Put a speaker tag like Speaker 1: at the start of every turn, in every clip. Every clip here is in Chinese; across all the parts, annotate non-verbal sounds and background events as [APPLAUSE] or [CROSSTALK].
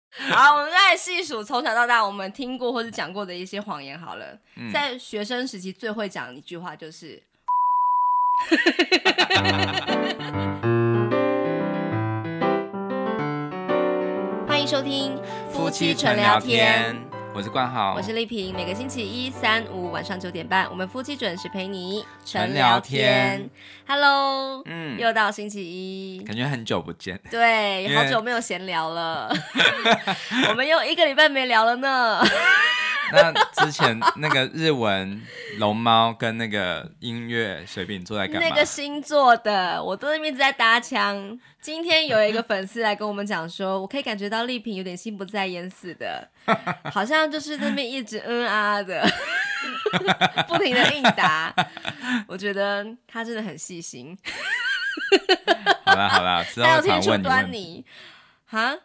Speaker 1: [LAUGHS] 好，我们再来细数从小到大我们听过或者讲过的一些谎言好了。
Speaker 2: 嗯
Speaker 1: 在学生时期最会讲的一句话就是， [LAUGHS] 欢迎收听天，，
Speaker 2: 我是冠豪，
Speaker 1: 我是丽萍，每个星期一、三、五晚上九点半，我们夫妻准时陪你
Speaker 2: 纯
Speaker 1: 纯
Speaker 2: 聊
Speaker 1: 聊
Speaker 2: 天
Speaker 1: 天。Hello，、
Speaker 2: 嗯，
Speaker 1: 又到星期一。
Speaker 2: 感觉很久不见， [LAUGHS] 因
Speaker 1: 对，
Speaker 2: 为
Speaker 1: 好久没有闲聊
Speaker 2: [LAUGHS]
Speaker 1: 了， [LAUGHS] 我们又一个礼拜没聊了呢。
Speaker 2: 那之前那个日文龙猫跟那个音乐水瓶座在干嘛？
Speaker 1: 那个星座的，我都一直在搭腔。今天有一个粉丝来跟我们讲说，我可以感觉到丽萍有点心不在焉似
Speaker 2: [LAUGHS]
Speaker 1: 的，好像就是那边一直嗯啊的， [LAUGHS] 不停的应答。我觉得他真的很细心，
Speaker 2: 好啦好啦，
Speaker 1: [LAUGHS]
Speaker 2: 之后
Speaker 1: 他有听
Speaker 2: 常
Speaker 1: 出
Speaker 2: 问你
Speaker 1: 端
Speaker 2: 问题。
Speaker 1: 倪。哈，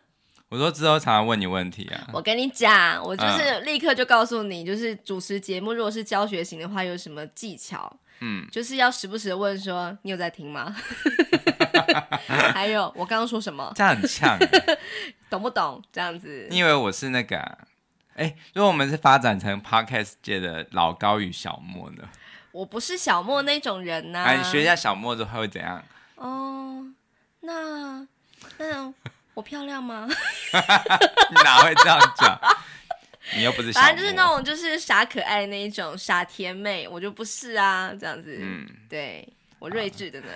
Speaker 2: 我说之后常常问你问题啊，
Speaker 1: 我跟你讲，我
Speaker 2: 嗯
Speaker 1: 就是立刻就告诉你，就是主持节目如果是教学型的话，有什么技巧？
Speaker 2: 嗯，
Speaker 1: 就是要时不时的问说你有在听
Speaker 2: [LAUGHS]
Speaker 1: 吗？还有我刚刚说什么？
Speaker 2: 这样很呛欸。
Speaker 1: 懂不懂？这样子，
Speaker 2: 你以为我是那个、啊？哎、如果我们是发展成 podcast 界的老高与小莫呢？
Speaker 1: 我不是小莫那种人呐、
Speaker 2: 哎、你学一下小莫之后会怎样？ [LAUGHS]
Speaker 1: 哦，那那我漂亮
Speaker 2: [LAUGHS]
Speaker 1: 吗？
Speaker 2: 你哪会这样讲？ [LAUGHS] 你又不是小莫，
Speaker 1: 反正就是那种就是傻可爱那一种傻甜妹，我就不是啊，这样子。
Speaker 2: 嗯。
Speaker 1: 对我睿智
Speaker 2: [LAUGHS]
Speaker 1: 的呢。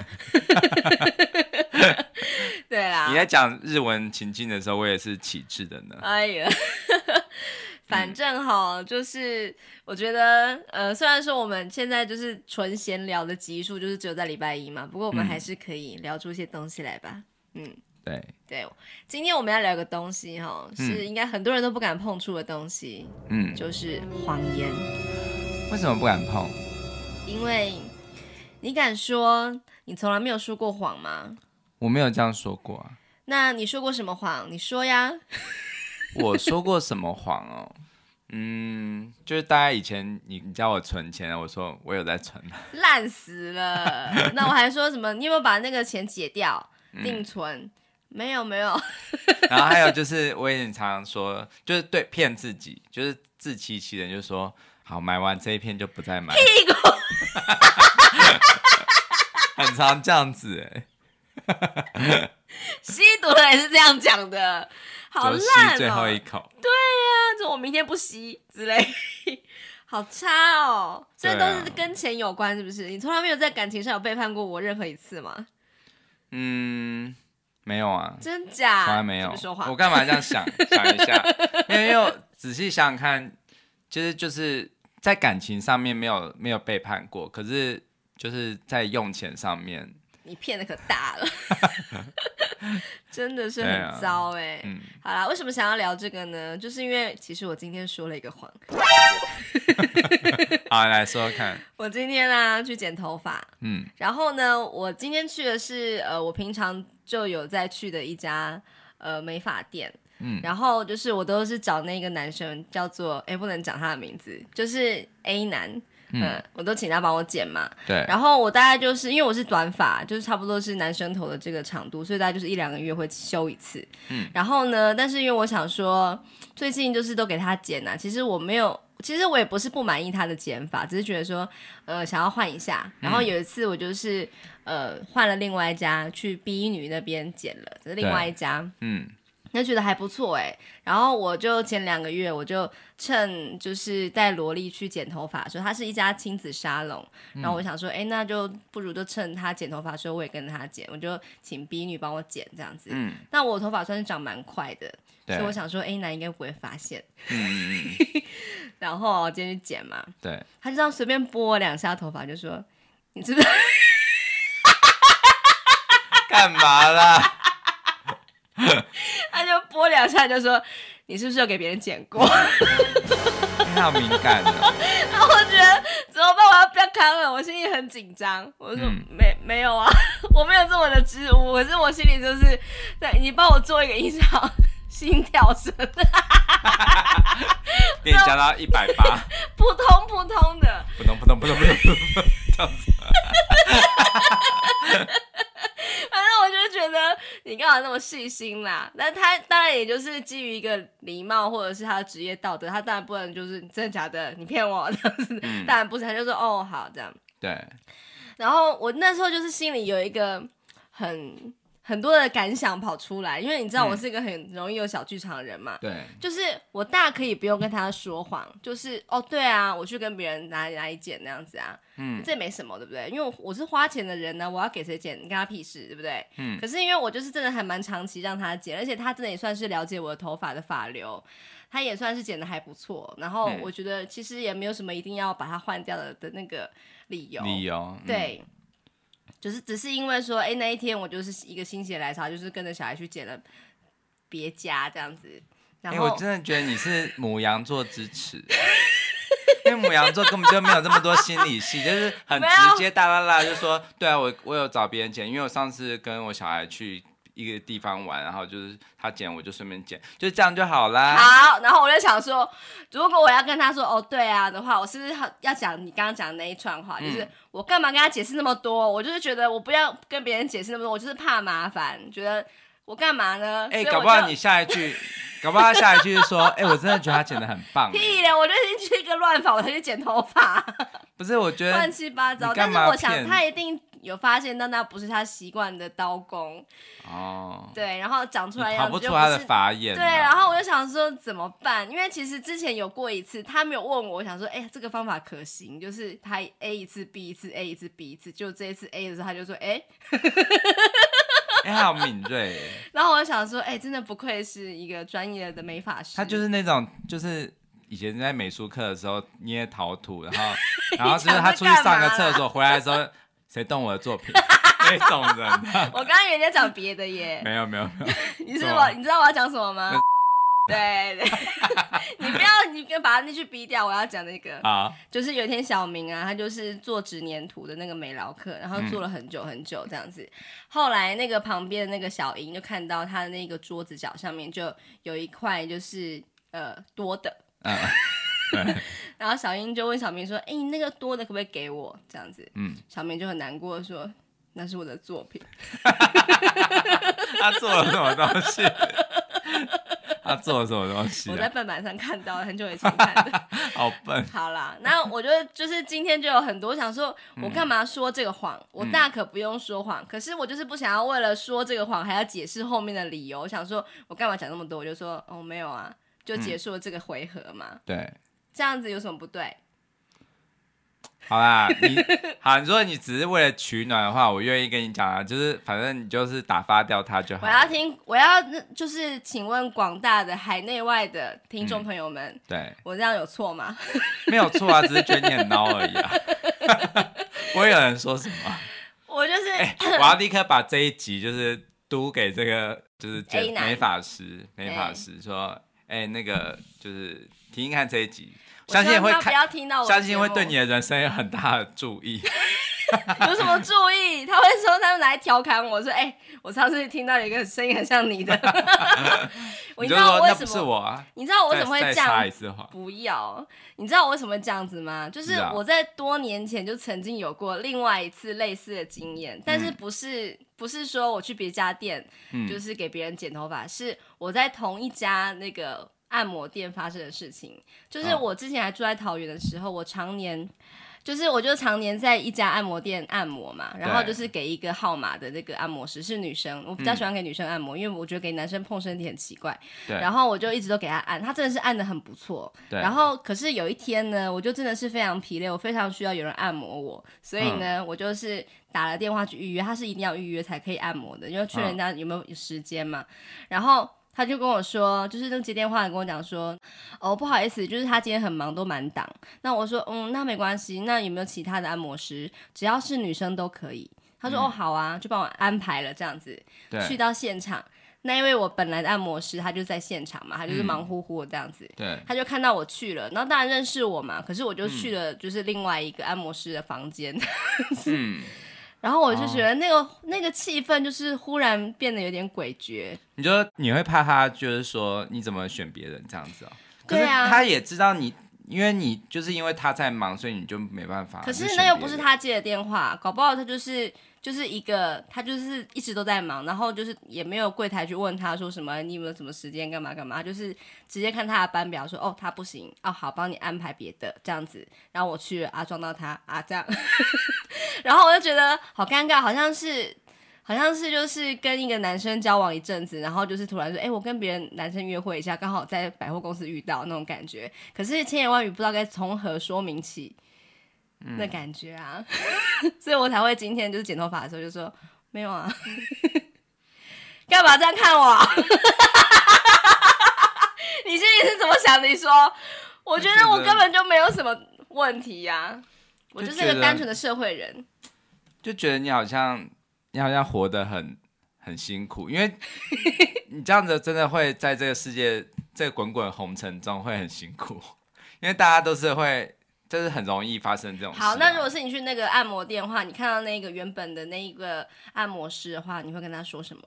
Speaker 1: 对啊啦
Speaker 2: 你。在讲日文情境的时候，我也是启智的 [LAUGHS] 呢。
Speaker 1: 哎呀， [LAUGHS] 反正哈，就是我觉得，呃，虽然说我们现在就是纯闲聊的集数，就是只有在礼拜一嘛，不过我们
Speaker 2: 嗯
Speaker 1: 还是可以聊出一些东西来吧。嗯，
Speaker 2: 对，
Speaker 1: 对，今天我们要聊个东西哈，是
Speaker 2: 嗯
Speaker 1: 应该很多人都不敢碰触的东西，
Speaker 2: 嗯，
Speaker 1: 就是谎言，
Speaker 2: 为什么不敢碰？
Speaker 1: 因为你敢说你从来没有说过谎吗？
Speaker 2: 我没有这样说过
Speaker 1: [LAUGHS]
Speaker 2: 啊。
Speaker 1: 那你说过什么谎？你说呀。
Speaker 2: 我说过什么谎哦？嗯，就是大家以前你你叫我存钱啊，我说我有在
Speaker 1: [LAUGHS]
Speaker 2: 存啊，
Speaker 1: 烂死了。
Speaker 2: [LAUGHS]
Speaker 1: 那我还说什么？你有没有把那个钱解掉
Speaker 2: 嗯
Speaker 1: 定存？没有没有，
Speaker 2: 然后还有就是我也常常说，就是对骗自己，就是自欺欺人，就说好买完这一片就不再买，
Speaker 1: 屁股
Speaker 2: [LAUGHS] 很常这样子、欸，
Speaker 1: 吸毒的也是这样讲的，好
Speaker 2: 就
Speaker 1: 烂
Speaker 2: 吸最后一
Speaker 1: 哦。
Speaker 2: 口，
Speaker 1: 那这我明天不吸之类，好差哦。所以
Speaker 2: 对
Speaker 1: 都
Speaker 2: 啊
Speaker 1: 是跟钱有关，是不是？你从来没有在感情上有背叛过我任何一次吗？
Speaker 2: 嗯，没有啊，
Speaker 1: 真假？
Speaker 2: 从来没
Speaker 1: 是
Speaker 2: 有
Speaker 1: 不是说。谎
Speaker 2: 我。干嘛这样
Speaker 1: [LAUGHS]
Speaker 2: 想想一下？因为又仔细想想看，其实就是在感情上面没有没有背叛过，可是就是在用钱上面，
Speaker 1: 你骗的可大
Speaker 2: [LAUGHS]
Speaker 1: 了，真的是
Speaker 2: 对啊
Speaker 1: 很糟哎、
Speaker 2: 嗯，
Speaker 1: 好啦，为什么想要聊这个呢？就是因为其实我今天说了一个谎，
Speaker 2: 好来说说看，
Speaker 1: 我今天呢、去剪头发，
Speaker 2: 嗯
Speaker 1: 然后呢，我今天去的是呃我平常就有在去的一家呃美发店，
Speaker 2: 嗯
Speaker 1: 然后就是我都是找那个男生叫做哎不能讲他的名字，就是 A 男，嗯、
Speaker 2: 嗯，
Speaker 1: 我都请他帮我剪嘛，
Speaker 2: 对，
Speaker 1: 然后我大概就是因为我是短发，就是差不多是男生头的这个长度，所以大概就是一两个月会修一次。
Speaker 2: 嗯
Speaker 1: 然后呢，但是因为我想说，最近就是都给他剪啊，其实我没有。其实我也不是不满意他的剪法，只是觉得说，呃，想要换一下。然
Speaker 2: 嗯
Speaker 1: 后有一次我就是，呃，换了另外一家去 B 女那边剪了，这是另外一家。
Speaker 2: 嗯
Speaker 1: 那觉得还不错哎、然后我就前两个月我就趁就是带萝莉去剪头发的时候，它是一家亲子沙龙，
Speaker 2: 嗯
Speaker 1: 然后我想说，哎、那就不如就趁她剪头发的时候，我也跟她剪，我就请 B 女帮我剪这样子。
Speaker 2: 嗯，
Speaker 1: 那我头发算是长蛮快的，所
Speaker 2: 对，
Speaker 1: 以我
Speaker 2: 嗯
Speaker 1: 想说，A 男应该不会发现。
Speaker 2: 嗯嗯，
Speaker 1: 然后今天去剪嘛，
Speaker 2: 对，
Speaker 1: 他就这样随便拨我两下头发，就说：“你是不是 [LAUGHS]
Speaker 2: 干嘛啦？？”
Speaker 1: 他就拨两下，就说：“你是不是有给别人剪过？”
Speaker 2: 你好敏感
Speaker 1: [LAUGHS]
Speaker 2: 哦，
Speaker 1: 然后我觉得怎么办？我要不要康了？我心里很紧张。我说、
Speaker 2: 嗯
Speaker 1: 没没有啊， [LAUGHS] 我没有这么的支吾，可是我心里就是，对你帮我做一个音效，心跳声，
Speaker 2: 给你加到一百八，
Speaker 1: 扑通扑通的。
Speaker 2: 扑通扑通扑通
Speaker 1: [LAUGHS]
Speaker 2: 扑通，扑通这样子，
Speaker 1: 反正我就觉得你干嘛那么细心啦？那他当然也就是基于一个礼貌或者是他的职业道德，他当然不能就是真的假的，你骗我这样子，
Speaker 2: 嗯
Speaker 1: 当然不是，他就说哦好这样。
Speaker 2: 对，
Speaker 1: 然后我那时候就是心里有一个很很多的感想跑出来，因为你知
Speaker 2: 嗯
Speaker 1: 道我是一个很容易有小剧场的人嘛，
Speaker 2: 对，
Speaker 1: 就是我大可以不用跟他说谎，就是哦对啊，我去跟别人哪里哪里剪那样子啊，
Speaker 2: 嗯
Speaker 1: 这也没什么对不对？因为我我是花钱的人呢、我要给谁剪，你跟他屁事对不对？
Speaker 2: 嗯
Speaker 1: 可是因为我就是真的还蛮长期让他剪，而且他真的也算是了解我的头发的发流，他也算是剪的还不错。然后
Speaker 2: 嗯
Speaker 1: 我觉得其实也没有什么一定要把它换掉的的那个理由，
Speaker 2: 理由，嗯，
Speaker 1: 对，就是只是因为说，哎、那一天我就是一个心血来潮，就是跟着小孩去剪了别家这样子，然
Speaker 2: 哎，
Speaker 1: 后、
Speaker 2: 我真的觉得你是母羊座支持，因为母羊座根本就没有这么多心理戏，就是很
Speaker 1: 没有
Speaker 2: 直接大啦啦就说，对啊，我我有找别人剪，因为我上次跟我小孩去。一个地方玩，然后就是他剪，我就顺便剪，就这样就好啦。
Speaker 1: 好，然后我就想说，如果我要跟他说哦对啊的话，我是不是要讲你刚刚讲的那一串话？就是
Speaker 2: 嗯
Speaker 1: 我干嘛跟他解释那么多？我就是觉得我不要跟别人解释那么多，我就是怕麻烦，觉得我干嘛呢？
Speaker 2: 哎、
Speaker 1: 所以
Speaker 2: 搞
Speaker 1: 我
Speaker 2: 不好
Speaker 1: 就
Speaker 2: 你下一句，搞不好他下一句是说，哎、我真的觉得他剪的很棒、欸
Speaker 1: 屁咧，我就已经去一个乱发，我才去剪头发，
Speaker 2: 不是，我觉得
Speaker 1: [LAUGHS] 乱七八糟。
Speaker 2: 呃你
Speaker 1: 但
Speaker 2: 干
Speaker 1: 是
Speaker 2: 嘛
Speaker 1: 我想
Speaker 2: 骗
Speaker 1: 他一定有发现到那不是他习惯的刀工，
Speaker 2: 哦，
Speaker 1: 对，然后长出
Speaker 2: 你
Speaker 1: 来
Speaker 2: 逃
Speaker 1: 样
Speaker 2: 不
Speaker 1: 子
Speaker 2: 出
Speaker 1: 就
Speaker 2: 他的
Speaker 1: 是
Speaker 2: 法眼、啊。
Speaker 1: 对，然后我就想说怎么办？因为其实之前有过一次，他没有问我，我想说，哎、这个方法可行，就是他 A 一次，B 一次，A 一次，B 一次，就这一次 A 的时候，他就说，哎、
Speaker 2: 哎、他好敏锐，
Speaker 1: 然后我就想说，哎、真的不愧是一个专业的美发师，
Speaker 2: 他就是那种就是。以前在美术课的时候捏陶土，
Speaker 1: [LAUGHS]
Speaker 2: 然后然后就是他出去上个厕所，回来的时候谁动我的
Speaker 1: [LAUGHS]
Speaker 2: 作品那种人，
Speaker 1: 我刚刚人家讲别的耶，
Speaker 2: 没有没有 [LAUGHS] 没啊有，
Speaker 1: 你是
Speaker 2: 什
Speaker 1: 我，
Speaker 2: 么
Speaker 1: 你知道我要讲什么吗？对对， [LAUGHS] 你不要，你跟把那句逼掉，我要讲那个。
Speaker 2: 好，
Speaker 1: 就是有一天小明啊，他就是做纸粘土的那个美劳课，然后做了很久很久这样子。后来那个旁边的那个小英就看到他的那个桌子角上面就有一块就是呃多的，
Speaker 2: 嗯，对，
Speaker 1: 然后小英就问小明说：“哎、你那个多的可不可以给我？”这样子，
Speaker 2: 嗯，
Speaker 1: 小明就很难过地说。那是我的作品，
Speaker 2: 他做了什么东
Speaker 1: [LAUGHS]
Speaker 2: 西？他做了什么东西、
Speaker 1: 我在
Speaker 2: 啊？
Speaker 1: 笨板上看到，很久以前看的。
Speaker 2: 好笨，
Speaker 1: 好啦，那我觉得就是今天就有很多想说，我干嘛说这个谎？
Speaker 2: 嗯
Speaker 1: 我大可不用说谎，可是我就是不想要为了说这个谎还要解释后面的理由。我想说我干嘛讲那么多？我就说哦没有啊，就结束了这个回合嘛，
Speaker 2: 对，
Speaker 1: 这样子有什么不对？
Speaker 2: 嗯好啦，
Speaker 1: [LAUGHS]
Speaker 2: 你好，如果你只是为了取暖的话，我愿意跟你讲啊，就是反正你就是打发掉它就好
Speaker 1: 我
Speaker 2: 了。
Speaker 1: 要听，我要就是请问广大的海内外的听
Speaker 2: 嗯
Speaker 1: 众朋友们，
Speaker 2: 对，
Speaker 1: 我这样有错吗？
Speaker 2: [LAUGHS] 没有错啊，只是觉得你很孬而已啊。 [LAUGHS] 不会有人说什么，啊
Speaker 1: 我就是、
Speaker 2: 哎、我要立刻把这一集就是嘟给这个就是
Speaker 1: A
Speaker 2: 剪
Speaker 1: 男
Speaker 2: 美发师，美发
Speaker 1: 哎
Speaker 2: 师说，哎、那个就是听听看这一集，
Speaker 1: 我
Speaker 2: 相信
Speaker 1: 希望
Speaker 2: 会
Speaker 1: 他不
Speaker 2: 看，
Speaker 1: 要听到我的
Speaker 2: 相信会
Speaker 1: 节目
Speaker 2: 对你的人生有很大的注意。
Speaker 1: 有什么注意？他会说他们来调侃我说：“哎、我上次听到有一个声音很像你
Speaker 2: [LAUGHS]
Speaker 1: 的。”我你
Speaker 2: 你
Speaker 1: 知
Speaker 2: 就是
Speaker 1: 道
Speaker 2: 说
Speaker 1: 我为
Speaker 2: 那不
Speaker 1: 什
Speaker 2: 是
Speaker 1: 么？
Speaker 2: 我啊，
Speaker 1: 你知道我为
Speaker 2: 再
Speaker 1: 什么会
Speaker 2: 再
Speaker 1: 这
Speaker 2: 插
Speaker 1: 样
Speaker 2: 一？次话，
Speaker 1: 不要，你知道我为什么会这样子吗？就是
Speaker 2: 知道
Speaker 1: 我在多年前就曾经有过另外一次类似的经验，但是不是、不是说我去别家店
Speaker 2: 嗯，
Speaker 1: 就是给别人剪头发，是我在同一家那个按摩店发生的事情。就是
Speaker 2: 哦
Speaker 1: 我之前还住在桃园的时候，我常年。就是我就常年在一家按摩店按摩嘛，然后
Speaker 2: 对
Speaker 1: 就是给一个号码的那个按摩师是女生，我比较
Speaker 2: 嗯
Speaker 1: 喜欢给女生按摩，因为我觉得给男生碰身体很奇怪。
Speaker 2: 对
Speaker 1: 然后我就一直都给他按，他真的是按的很不错。
Speaker 2: 对
Speaker 1: 然后可是有一天呢，我就真的是非常疲累，我非常需要有人按摩我，所以呢，
Speaker 2: 嗯
Speaker 1: 我就是打了电话去预约，他是一定要预约才可以按摩的，因为确认人家有没有时间嘛。然后。他就跟我说，就是那个接电话的跟我讲说，哦，不好意思，就是他今天很忙，都满档。那我说，嗯，那没关系，那有没有其他的按摩师？只要是女生都可以。他说，哦，好啊，就帮我安排了这样子。去
Speaker 2: 嗯对
Speaker 1: 到现场，那因为我本来的按摩师他就在现场嘛，他就是
Speaker 2: 嗯
Speaker 1: 忙乎乎的这样子，
Speaker 2: 对，
Speaker 1: 他就看到我去了，然后当然认识我嘛，可是我就去了就是另外一个按摩师的房间，
Speaker 2: 嗯。
Speaker 1: [LAUGHS] 然后我就觉得那个、那个气氛就是忽然变得有点诡谲，
Speaker 2: 你就你会怕他，就是说你怎么选别人这样子哦。可
Speaker 1: 对
Speaker 2: 是
Speaker 1: 啊
Speaker 2: 他也知道你，因为你就是因为他在忙，所以你就没办法。
Speaker 1: 可
Speaker 2: 你
Speaker 1: 是
Speaker 2: 选
Speaker 1: 那又
Speaker 2: 别
Speaker 1: 不是
Speaker 2: 人，
Speaker 1: 他接的电话，搞不好他就是就是一个他就是一直都在忙，然后就是也没有柜台去问他说什么你有没有什么时间干嘛干嘛，就是直接看他的班表说哦他不行哦好帮你安排别的这样子，然后我去了啊撞到他啊这样， [LAUGHS] 然后我就觉得好尴尬，好像是。好像是就是跟一个男生交往一阵子，然后就是突然说，哎、我跟别人男生约会一下，刚好在百货公司遇到那种感觉。可是千言万语不知道该从何说明起的感觉啊， [LAUGHS] 所以我才会今天就是剪头发的时候就说没有啊， [LAUGHS] 干嘛这样看我啊？ [LAUGHS] 你心里是怎么想的？你说，我觉得我根本就没有什么问题呀、我就是一
Speaker 2: 就觉
Speaker 1: 个
Speaker 2: 得
Speaker 1: 单纯的社会人。
Speaker 2: 就觉得你好像你好像活得很很辛苦，因为 [LAUGHS] 你这样子真的会在这个世界这个滚滚红尘中会很辛苦，因为大家都是会就是很容易发生这种事啊、
Speaker 1: 好，那如果是你去那个按摩店的话，你看到那个原本的那一个按摩师的话，你会跟他说什么？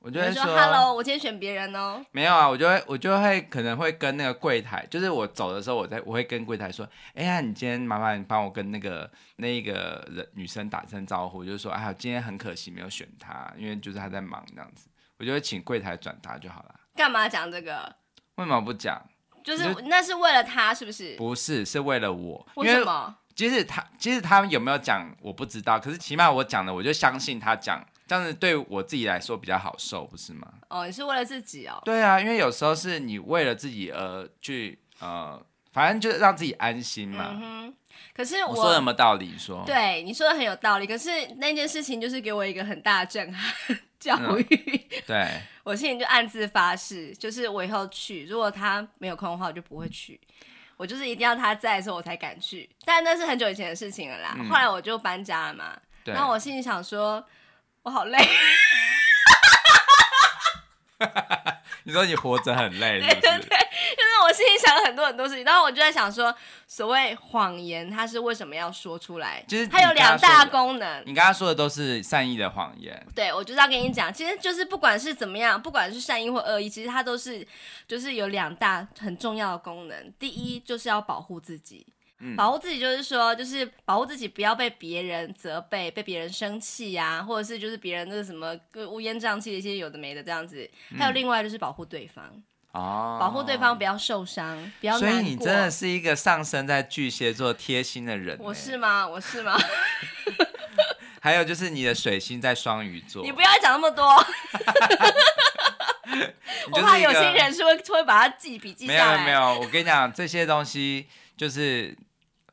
Speaker 2: 我
Speaker 1: 你
Speaker 2: 就
Speaker 1: 会
Speaker 2: 会
Speaker 1: 说 “Hello，我今天选别人哦。
Speaker 2: 没有啊，我就会我就会可能会跟那个柜台，就是我走的时候，我在我会跟柜台说，哎呀，你今天麻烦你帮我跟那个那个人女生打声招呼，就是说，哎呀，今天很可惜没有选她，因为就是她在忙这样子，我就会请柜台转达就好了。”
Speaker 1: 干嘛讲这个？
Speaker 2: 为什么不讲？
Speaker 1: 就是
Speaker 2: 你就
Speaker 1: 那是为了他，是不是？
Speaker 2: 不是，是为了我，因
Speaker 1: 为什
Speaker 2: 为
Speaker 1: 么？
Speaker 2: 即使他即使他有没有讲我不知道，可是起码我讲了，我就相信他讲，这样子对我自己来说比较好受，不是吗？
Speaker 1: 哦，你是为了自己哦。
Speaker 2: 对啊，因为有时候是你为了自己而去呃，反正就是让自己安心嘛。
Speaker 1: 嗯哼，可是我
Speaker 2: 啊我说什么道理说？
Speaker 1: 对你说的很有道理，可是那件事情就是给我一个很大的震撼教
Speaker 2: 嗯
Speaker 1: 育， [LAUGHS]
Speaker 2: 对
Speaker 1: 我心里就暗自发誓，就是我以后去，如果他没有空的话，我就不会去。我就是一定要他在的时候我才敢去，但那是很久以前的事情了啦。
Speaker 2: 嗯
Speaker 1: 后来我就搬家了嘛，
Speaker 2: 对，
Speaker 1: 然后我心里想说，我好累，
Speaker 2: 你说你活着很
Speaker 1: [LAUGHS]
Speaker 2: 累，是不是？ [LAUGHS]
Speaker 1: 就是我心里想了很多很多事情，然后我就在想说，所谓谎言它是为什么要说出来？
Speaker 2: 就是你
Speaker 1: 它有
Speaker 2: 跟他
Speaker 1: 两
Speaker 2: 说
Speaker 1: 大
Speaker 2: 的
Speaker 1: 功能，
Speaker 2: 你刚刚说的都是善意的谎言，
Speaker 1: 对，我就是要跟你讲，其实就是不管是怎么样，不管是善意或恶意，其实它都是就是有两大很重要的功能。第一就是要保护自己，
Speaker 2: 嗯
Speaker 1: 保护自己就是说，就是保护自己不要被别人责备、被别人生气呀、或者是就是别人那个什么乌烟瘴气的一些有的没的这样子。还
Speaker 2: 嗯
Speaker 1: 有另外就是保护对方，
Speaker 2: 哦，
Speaker 1: 保护对方不要受伤，不要
Speaker 2: 所
Speaker 1: 难
Speaker 2: 以
Speaker 1: 过。
Speaker 2: 你真的是一个上升在巨蟹座贴心的人、
Speaker 1: 我是
Speaker 2: 欸
Speaker 1: 吗？我是
Speaker 2: [LAUGHS]
Speaker 1: 吗？
Speaker 2: 还有就是你的水星在双鱼座，
Speaker 1: 你不要讲那么多，
Speaker 2: 你
Speaker 1: 我
Speaker 2: 就是
Speaker 1: 怕
Speaker 2: 一
Speaker 1: 有
Speaker 2: 个
Speaker 1: 些人是会会把它记笔记
Speaker 2: 没
Speaker 1: 下来。
Speaker 2: 有没有，我跟你讲，这些东西就是，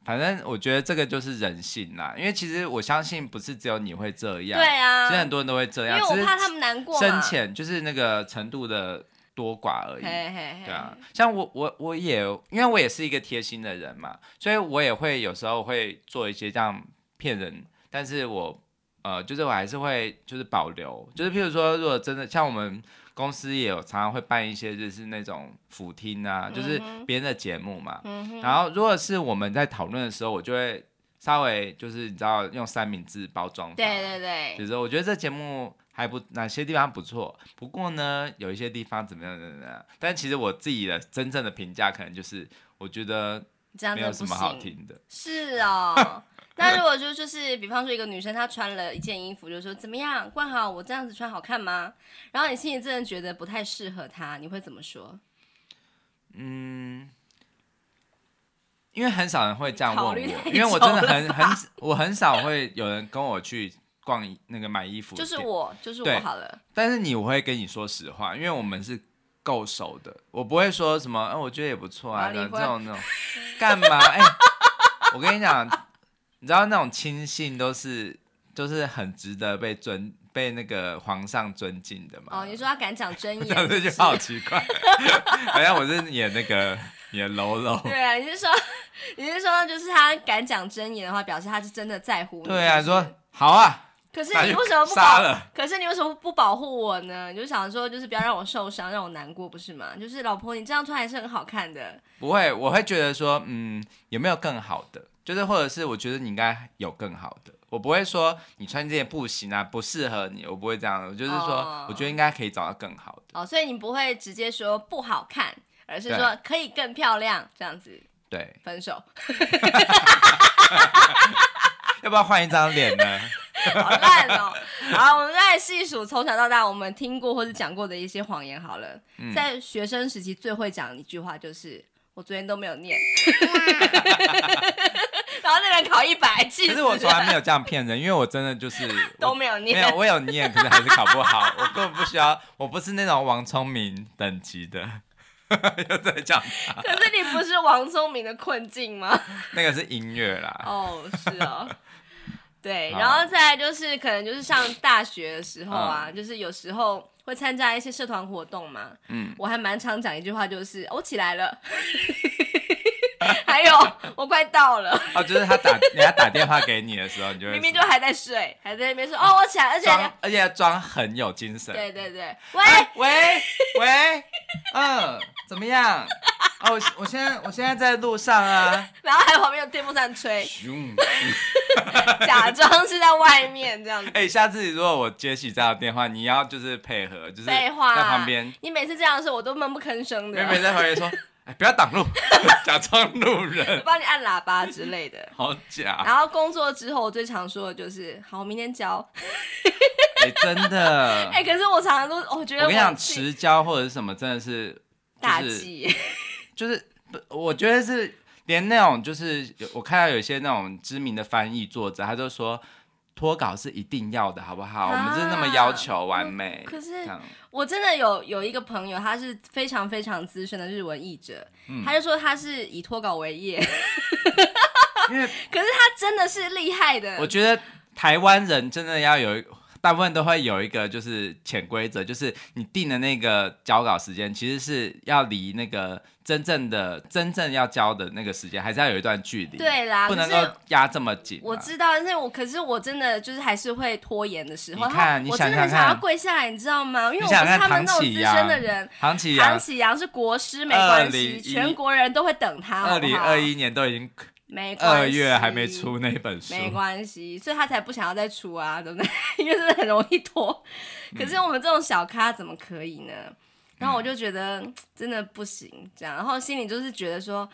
Speaker 2: 反正我觉得这个就是人性啦。因为其实我相信不是只有你会这样，
Speaker 1: 对、啊，
Speaker 2: 其实很多人都会这
Speaker 1: 因
Speaker 2: 样
Speaker 1: 为，
Speaker 2: 只
Speaker 1: 我
Speaker 2: 是
Speaker 1: 怕他们难过嘛。
Speaker 2: 深浅就是那个程度的多寡而已。
Speaker 1: 嘿嘿嘿，
Speaker 2: 对啊，像我我我也因为我也是一个贴心的人嘛，所以我也会有时候会做一些这样骗人，但是我呃就是我还是会就是保留，就是譬如说如果真的像我们公司也有常常会办一些就是那种辅听啊，就是别人的节目嘛，
Speaker 1: 嗯哼，
Speaker 2: 然后如果是我们在讨论的时候，我就会稍微就是你知道用三明治包装法，
Speaker 1: 对对对，
Speaker 2: 就是我觉得这节目还不哪些地方不错，不过呢，有一些地方怎么样怎么样。但其实我自己的真正的评价可能就是，我觉得
Speaker 1: 这样
Speaker 2: 没
Speaker 1: 真的
Speaker 2: 有
Speaker 1: 不
Speaker 2: 什么好
Speaker 1: 行。
Speaker 2: 听的。
Speaker 1: 是
Speaker 2: [LAUGHS]
Speaker 1: 哦。那如果就就是，比方说一个女生她穿了一件衣服，就说怎么样，冠豪，我这样子穿好看吗？然后你心里真的觉得不太适合她，你会怎么说？
Speaker 2: 嗯，因为很少人会这样问
Speaker 1: 考
Speaker 2: 我，
Speaker 1: 虑太
Speaker 2: 因为我真的
Speaker 1: 久了
Speaker 2: 很
Speaker 1: [LAUGHS]
Speaker 2: 很我很少会有人跟我去逛那个买衣服的
Speaker 1: 就是
Speaker 2: 店
Speaker 1: 我，就是我
Speaker 2: 对
Speaker 1: 好了。
Speaker 2: 但是你我会跟你说实话，因为我们是够熟的，我不会说什么，嗯、我觉得也不错啊，
Speaker 1: 啊
Speaker 2: 这种
Speaker 1: 你会
Speaker 2: 这种那种
Speaker 1: [LAUGHS]
Speaker 2: 干嘛？哎、我跟你讲，你知道那种亲信都是都是很值得被尊被那个皇上尊敬的嘛。 [LAUGHS]
Speaker 1: 哦，你说她敢讲真言，
Speaker 2: 讲这句
Speaker 1: 是
Speaker 2: 话好奇怪，好像我是演那个演喽 [LAUGHS] 喽。
Speaker 1: 对啊，你是说 [LAUGHS] 你是说就是她敢讲真言的话，表示她是真的在乎你。
Speaker 2: 对啊，
Speaker 1: 是不
Speaker 2: 说
Speaker 1: 是
Speaker 2: 好啊，
Speaker 1: 可是
Speaker 2: 那
Speaker 1: 你
Speaker 2: 就
Speaker 1: 为什么不
Speaker 2: 杀
Speaker 1: 保？
Speaker 2: 了？
Speaker 1: 可是你为什么不保护我呢？你就想说，就是不要让我受伤，让我难过，不是吗？就是老婆，你这样穿还是很好看的。
Speaker 2: 不会，我会觉得说，嗯，有没有更好的？就是或者是我觉得你应该有更好的，我不会说你穿这件不行啊，不适合你，我不会这样的。我就是
Speaker 1: 哦
Speaker 2: 说，我觉得应该可以找到更好的。
Speaker 1: 哦，所以你不会直接说不好看，而是
Speaker 2: 对
Speaker 1: 说可以更漂亮这样子。
Speaker 2: 对，
Speaker 1: 分手。
Speaker 2: 要不要换一张脸
Speaker 1: [LAUGHS]
Speaker 2: 呢？
Speaker 1: 好烂哦！好，我们再来细数从小到大我们听过或者讲过的一些谎言好了。
Speaker 2: 嗯
Speaker 1: 在学生时期最会讲的一句话就是“我昨天都没有
Speaker 2: [LAUGHS]
Speaker 1: 念”，然后那个人考一百，气
Speaker 2: 可
Speaker 1: 死
Speaker 2: 是我从
Speaker 1: 了，
Speaker 2: 来没有这样骗人，因为我真
Speaker 1: [LAUGHS]
Speaker 2: 的就是
Speaker 1: 都没有
Speaker 2: 没
Speaker 1: 念。
Speaker 2: 有，我有念，可是还是考不好。我根本不需要，我不是那种王聪明等级的。 [LAUGHS] 又在讲
Speaker 1: 可是你不是王聪明的困境吗？
Speaker 2: 那个是音乐啦，
Speaker 1: 哦，是哦。对，
Speaker 2: 好
Speaker 1: 然后再来就是可能就是上大学的时候啊，就是有时候会参加一些社团活动嘛，
Speaker 2: 嗯，
Speaker 1: 我还蛮常讲一句话，就是哦我起来了， [LAUGHS] 还有我快到了，
Speaker 2: 哦，就是他打人家打电话给你的时候，你就会
Speaker 1: 明明就还在睡，还在那边说哦我起来，而且
Speaker 2: 装，嗯而且要装很有精神。
Speaker 1: 对对对，喂，
Speaker 2: 啊喂喂， [LAUGHS] 嗯，怎么样？哦，我我现在我现在在路上啊。
Speaker 1: 然后还有旁边有电风扇吹，
Speaker 2: 咻
Speaker 1: 假装是在外面这样子。
Speaker 2: 哎、下次如果我接起这样的电话，你要就是配合，就是在
Speaker 1: 废话，啊
Speaker 2: 旁边，
Speaker 1: 你每次这样的时候，我都闷不吭声的
Speaker 2: 妹，妹在旁
Speaker 1: [LAUGHS]
Speaker 2: 边说：“哎、不要挡路， [LAUGHS] 假装路
Speaker 1: 我
Speaker 2: 人，
Speaker 1: 帮你按喇叭之类的。
Speaker 2: [LAUGHS] 好假。
Speaker 1: 然后工作之后，我最常说的就是“好，我明天交”
Speaker 2: 哎、真
Speaker 1: [LAUGHS]
Speaker 2: 的，
Speaker 1: 哎，可是我常常都，我觉
Speaker 2: 我
Speaker 1: 得
Speaker 2: 跟你讲，
Speaker 1: 自己
Speaker 2: 迟交或者是什么，真的是
Speaker 1: 大
Speaker 2: 就是
Speaker 1: 忌，
Speaker 2: 就是不，我觉得是连那种就是有我看到有一些那种知名的翻译作者，他就说脱稿是一定要的，好不好？我们就是那么要求完美。
Speaker 1: 啊嗯可是
Speaker 2: 哎这样
Speaker 1: 我真的有有一个朋友，他是非常非常资深的日文译者，
Speaker 2: 嗯
Speaker 1: 他就说他是以脱稿为业，可
Speaker 2: [LAUGHS] 因为
Speaker 1: 是他真的是厉害的。
Speaker 2: 我觉得台湾人真的要有一，大部分都会有一个就是潜规则，就是你定的那个交稿时间，其实是要离那个真正的真正要交的那个时间，还是要有一段距离，，
Speaker 1: 对啦，
Speaker 2: 不能够
Speaker 1: 可是
Speaker 2: 压这么紧、啊。
Speaker 1: 我知道，但是我可是我真的就是还是会拖延的时候，
Speaker 2: 你看
Speaker 1: 然
Speaker 2: 你
Speaker 1: 后我
Speaker 2: 想
Speaker 1: 真的很
Speaker 2: 想
Speaker 1: 想要
Speaker 2: 看
Speaker 1: 跪下来，你知道吗？因为
Speaker 2: 你
Speaker 1: 我不
Speaker 2: 想
Speaker 1: 是
Speaker 2: 看
Speaker 1: 他们
Speaker 2: 唐
Speaker 1: 那种
Speaker 2: 启
Speaker 1: 资深
Speaker 2: 阳啊
Speaker 1: 的人。
Speaker 2: 唐启
Speaker 1: 唐
Speaker 2: 阳，
Speaker 1: 启阳是国师，没关系，
Speaker 2: 2021
Speaker 1: 全国人都会等他。好
Speaker 2: 二
Speaker 1: 不
Speaker 2: 零
Speaker 1: 好
Speaker 2: 二一年都已经
Speaker 1: 没关系，
Speaker 2: 二月还没，出那本书，
Speaker 1: 没关系，所以他才不想要再出啊，对不 [LAUGHS] 对？因为真的很容易拖。可是我们这种小咖怎么可以呢？然后我就觉得嗯嗯真的不行，这样，然后心里就是觉得说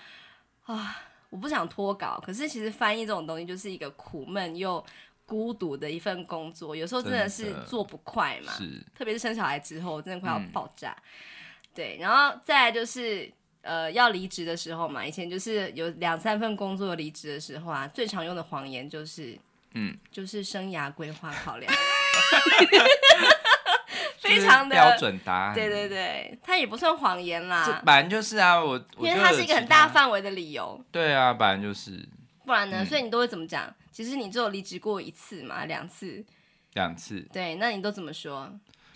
Speaker 1: 啊，我不想脱稿。可是其实翻译这种东西就是一个苦闷又孤独的一份工作，有时候真的是
Speaker 2: 真的
Speaker 1: 做不快嘛，
Speaker 2: 是
Speaker 1: 特别是生小孩之后，真的快
Speaker 2: 嗯
Speaker 1: 要爆炸。对，然后再来就是呃，要离职的时候嘛，以前就是有两三份工作离职的时候啊，最常用的谎言就是，
Speaker 2: 嗯，
Speaker 1: 就是生涯规划考
Speaker 2: [LAUGHS]
Speaker 1: 量，
Speaker 2: 就是
Speaker 1: 非常的
Speaker 2: 标准答案，
Speaker 1: 对对对，它也不算谎言
Speaker 2: 这
Speaker 1: 啦，
Speaker 2: 本来就是啊，我
Speaker 1: 因为它是一个很大，范围的理由
Speaker 2: 我，就有其他对啊，本来就是
Speaker 1: 不然
Speaker 2: 嗯
Speaker 1: 呢，所以你都会怎么讲？其实你只有离职过一次嘛，两次，
Speaker 2: 两次，
Speaker 1: 对，那你都怎么说？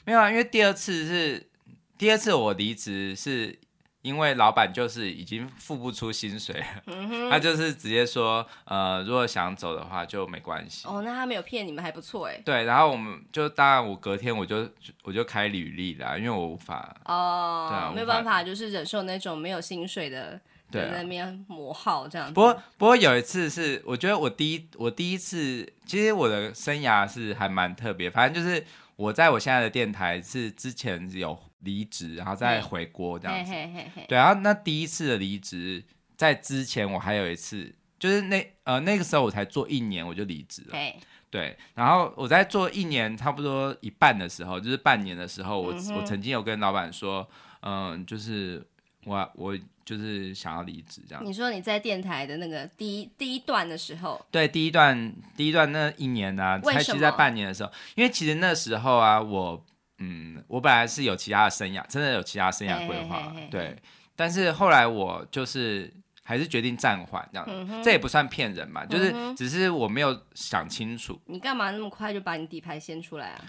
Speaker 2: 没有啊，因为第二次是第二次我离职是。因为老板就是已经付不出薪水了，
Speaker 1: 嗯
Speaker 2: 他就是直接说，呃，如果想走的话就没关系。
Speaker 1: 哦，那他没有骗你们，还不错哎。
Speaker 2: 对，然后我们就当然我隔天我就我就开履历啦，因为我无法
Speaker 1: 哦，
Speaker 2: 对啊
Speaker 1: 没有
Speaker 2: 无法
Speaker 1: 办法，就是忍受那种没有薪水的
Speaker 2: 对
Speaker 1: 人
Speaker 2: 啊
Speaker 1: 在那边磨耗这样子。
Speaker 2: 不过，不过有一次是，我觉得我第一，我第一次，其实我的生涯是还蛮特别。反正就是我在我现在的电台是之前有离职，然后再回国这
Speaker 1: 嘿
Speaker 2: 样子。
Speaker 1: 嘿嘿嘿，
Speaker 2: 对，然后那第一次的离职，在之前我还有一次，就是那呃那个时候我才做一年我就离职了。
Speaker 1: 嘿，
Speaker 2: 对，然后我在做一年差不多一半的时候，就是半年的时候，我、
Speaker 1: 嗯哼
Speaker 2: 我曾经有跟老板说，嗯、就是我我就是想要离职这样子
Speaker 1: 你说你在电台的那个第一第一段的时候，
Speaker 2: 对，第一段第一段那一年呢、啊，
Speaker 1: 为
Speaker 2: 才
Speaker 1: 什
Speaker 2: 其
Speaker 1: 么
Speaker 2: 实在半年的时候，因为其实那时候啊，我嗯，我本来是有其他的生涯，真的有其他生涯规划，
Speaker 1: 嘿嘿嘿嘿
Speaker 2: 对。但是后来我就是还是决定暂缓这样子，
Speaker 1: 嗯哼
Speaker 2: 这也不算骗人嘛，就是
Speaker 1: 嗯哼
Speaker 2: 只是我没有想清楚。
Speaker 1: 你干嘛那么快就把你底牌掀出来啊？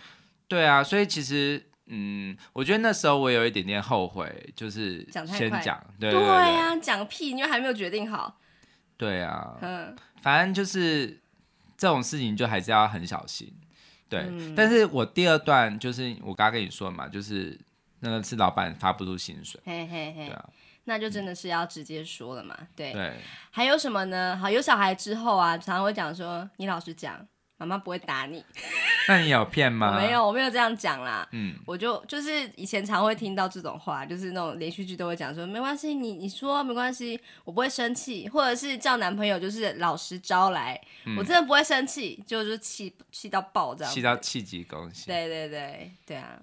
Speaker 2: 对啊，所以其实嗯，我觉得那时候我有一点点后悔，就是
Speaker 1: 讲太
Speaker 2: 先
Speaker 1: 快啊
Speaker 2: 讲，对对对
Speaker 1: 呀、讲屁，因为还没有决定
Speaker 2: [LAUGHS]
Speaker 1: 好。
Speaker 2: 对啊，
Speaker 1: 嗯，
Speaker 2: 反正就是这种事情就还是要很小心。对，
Speaker 1: 嗯
Speaker 2: 但是我第二段就是我刚刚跟你说嘛，就是那个是老板发不出薪水，
Speaker 1: 嘿嘿
Speaker 2: 对
Speaker 1: 嘿，
Speaker 2: 啊，
Speaker 1: 那就真的是要直接说了嘛。对，
Speaker 2: 对，
Speaker 1: 还有什么呢？好，有小孩之后啊，常常会讲说，你老实讲，妈妈不会打你。
Speaker 2: 那你有骗
Speaker 1: 我
Speaker 2: 吗？
Speaker 1: 没。有，我没有这样讲啦。
Speaker 2: 嗯，
Speaker 1: 我就就是以前常会听到这种话，就是那种连续剧都会讲说没关系，你你说没关系，我不会生气，或者是叫男朋友就是老实招来，我真的不会生气，就就是气气到爆这样子。
Speaker 2: 嗯气到气急攻心。
Speaker 1: 对对对对啊！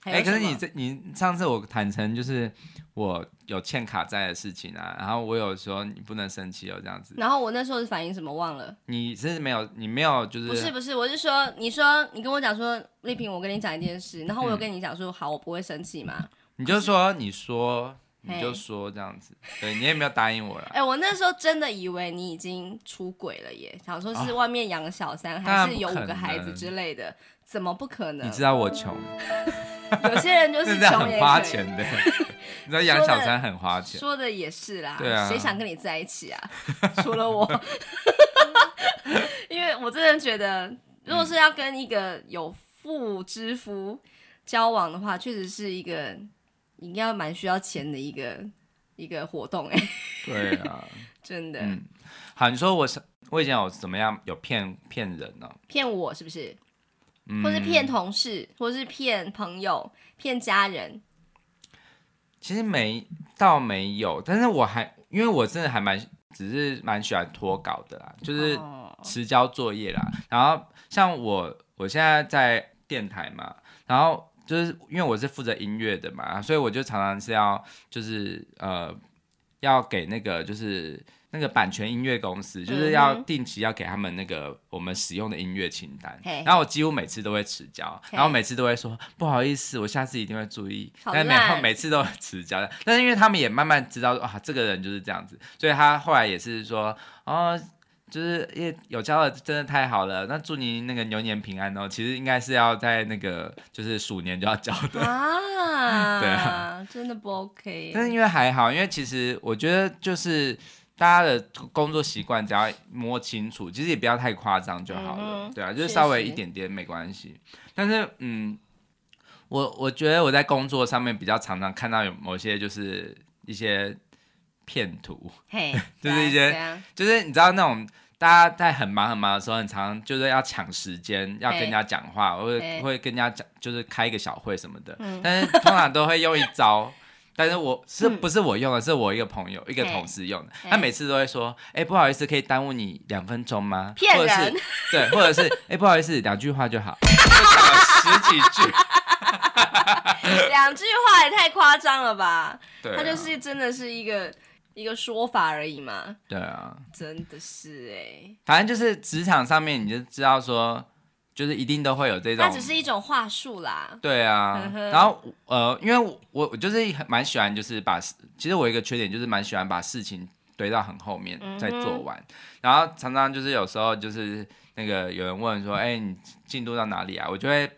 Speaker 1: 还
Speaker 2: 哎、
Speaker 1: 有
Speaker 2: 可是
Speaker 1: 什么
Speaker 2: 你这你上次我坦诚就是我有欠卡债的事情啊，然后我有说你不能生气哦这样子，
Speaker 1: 然后我那时候是反应什么忘了？
Speaker 2: 你是没有你没有就是
Speaker 1: 不是不是，我是说，你说你跟我讲说丽萍，我跟你讲一件事，然后我有跟你讲说，好，我不会生气嘛。
Speaker 2: 你就说你说
Speaker 1: 嘿
Speaker 2: 你就说这样子，对你也没有答应我啦。
Speaker 1: 哎、我那时候真的以为你已经出轨了耶，想说是外面养个小三，
Speaker 2: 啊当然
Speaker 1: 还是有
Speaker 2: 不
Speaker 1: 五
Speaker 2: 可
Speaker 1: 个孩子
Speaker 2: 能
Speaker 1: 之类的，怎么不可能
Speaker 2: 你？知道我穷，
Speaker 1: 有些人
Speaker 2: [LAUGHS]
Speaker 1: 就
Speaker 2: 真
Speaker 1: 是
Speaker 2: 的
Speaker 1: 穷也
Speaker 2: 很花
Speaker 1: 可以
Speaker 2: 钱
Speaker 1: [LAUGHS]
Speaker 2: 的，你知道养小三很花钱。
Speaker 1: 说的也是啦，
Speaker 2: 对啊
Speaker 1: 谁想跟你在一起
Speaker 2: [LAUGHS]
Speaker 1: 啊？除了我， [LAUGHS] 因为我真的觉得，如
Speaker 2: 嗯
Speaker 1: 果是要跟一个有妇之夫交往的话，确实是一个应该蛮需要钱的一个一个活动哎、
Speaker 2: 对
Speaker 1: [LAUGHS]
Speaker 2: 啊，
Speaker 1: 真的、
Speaker 2: 嗯，好，你说我是我以前有怎么样有骗骗人哦嗯呢、
Speaker 1: 骗我是不是？或是骗同事，或是骗朋友，骗家人，
Speaker 2: 其实没倒没有，但是我还因为我真的还蛮只是蛮喜欢脱稿的啦，就是
Speaker 1: 哦
Speaker 2: 迟交作业啦。然后像我我现在在电台嘛，然后就是因为我是负责音乐的嘛，所以我就常常是要就是呃要给那个就是。那个版权音乐公司就是要
Speaker 1: 嗯哼
Speaker 2: 定期要给他们那个我们使用的音乐清单
Speaker 1: 嘿
Speaker 2: 然后我几乎每次都会迟交
Speaker 1: 嘿
Speaker 2: 然后每次都会说不好意思，我下次一定会注意，
Speaker 1: 好
Speaker 2: 但每后
Speaker 1: 烂
Speaker 2: 每次都会迟交，但是因为他们也慢慢知道啊，这个人就是这样子，所以他后来也是说哦，就是也有交的真的太好了，那祝您那个牛年平安哦。其实应该是要在那个就是鼠年就要交
Speaker 1: [LAUGHS]
Speaker 2: 的，
Speaker 1: 啊，
Speaker 2: 对
Speaker 1: [LAUGHS]
Speaker 2: 啊，
Speaker 1: 真的不 OK
Speaker 2: 但是因为还好，因为其实我觉得就是大家的工作习惯只要摸清楚，其实也不要太夸张就好了，
Speaker 1: 嗯哼
Speaker 2: 对啊，就是
Speaker 1: 确
Speaker 2: 稍微
Speaker 1: 实
Speaker 2: 一点点没关系。但是嗯，我我觉得我在工作上面比较常常看到有某些就是一些骗图，
Speaker 1: 嘿，
Speaker 2: [LAUGHS] 就是一
Speaker 1: 对啊
Speaker 2: 些
Speaker 1: 对啊
Speaker 2: 就是你知道那种。大家在很忙很忙的时候，很常就是要抢时间，要跟人家
Speaker 1: 哎
Speaker 2: 讲话，或者
Speaker 1: 嘿
Speaker 2: 会跟人家讲，就是开一个小会什么的。 [LAUGHS] 但是通常都会用一招，但是我是
Speaker 1: 嗯
Speaker 2: 不是我用的？是我一个朋友、一个同事用的。
Speaker 1: 嘿
Speaker 2: 他每次都会说：“哎、不好意思，可以耽误你两分钟吗？”
Speaker 1: 骗
Speaker 2: 或者
Speaker 1: 人
Speaker 2: 是对，或者是哎、不好意思，两句话就好。 [LAUGHS] 就讲了十几句，
Speaker 1: 两句话也太夸张了吧？
Speaker 2: 对、啊，
Speaker 1: [LAUGHS] 他就是真的是一个一个说法而已嘛，
Speaker 2: 对啊，
Speaker 1: 真的是哎、
Speaker 2: 反正就是职场上面你就知道说，就是一定都会有这种，
Speaker 1: 那只是一种话术啦。
Speaker 2: 对啊
Speaker 1: 嗯，哼
Speaker 2: 然后呃，因为我我我就是很蛮喜欢，就是把事，其实我有一个缺点就是蛮喜欢把事情堆到很后面
Speaker 1: 嗯哼
Speaker 2: 再做完，然后常常就是有时候就是那个有人问说，哎、你进度到哪里啊？我就会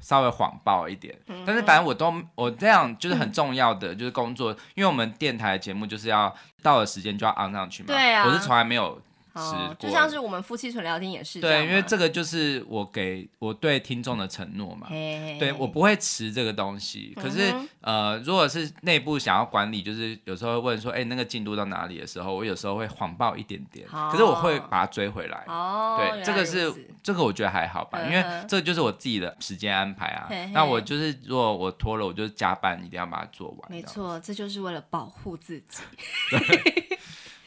Speaker 2: 稍微谎报一
Speaker 1: 嗯
Speaker 2: 点，但是反正我都我这样就是很重要的、就是工作，因为我们电台节目就是要到了时间就要 on 上去嘛，
Speaker 1: 对啊
Speaker 2: 我是从来没有
Speaker 1: 哦
Speaker 2: 吃，
Speaker 1: 就
Speaker 2: 过
Speaker 1: 像是我们夫妻纯聊天也是这样啊
Speaker 2: 对，
Speaker 1: 嘛
Speaker 2: 因为这个就是我给我对听众的承诺嘛，
Speaker 1: 嘿嘿嘿
Speaker 2: 对我不会吃这个东西，可是、
Speaker 1: 哦嗯
Speaker 2: 呃，如果是内部想要管理，就是有时候会问说，哎、那个进度到哪里的时候，我有时候会谎报一点点，
Speaker 1: 哦
Speaker 2: 可是我会把它追回来。
Speaker 1: 哦，原
Speaker 2: 对，
Speaker 1: 来
Speaker 2: 这个是
Speaker 1: 如此
Speaker 2: 这个我觉得还好吧，
Speaker 1: 嗯哼
Speaker 2: 因为这就是我自己的时间安排啊
Speaker 1: 嘿嘿。
Speaker 2: 那我就是如果我拖了，我就加班，一定要把它做完。
Speaker 1: 没
Speaker 2: 这样。
Speaker 1: 错，这就是为了保护自己。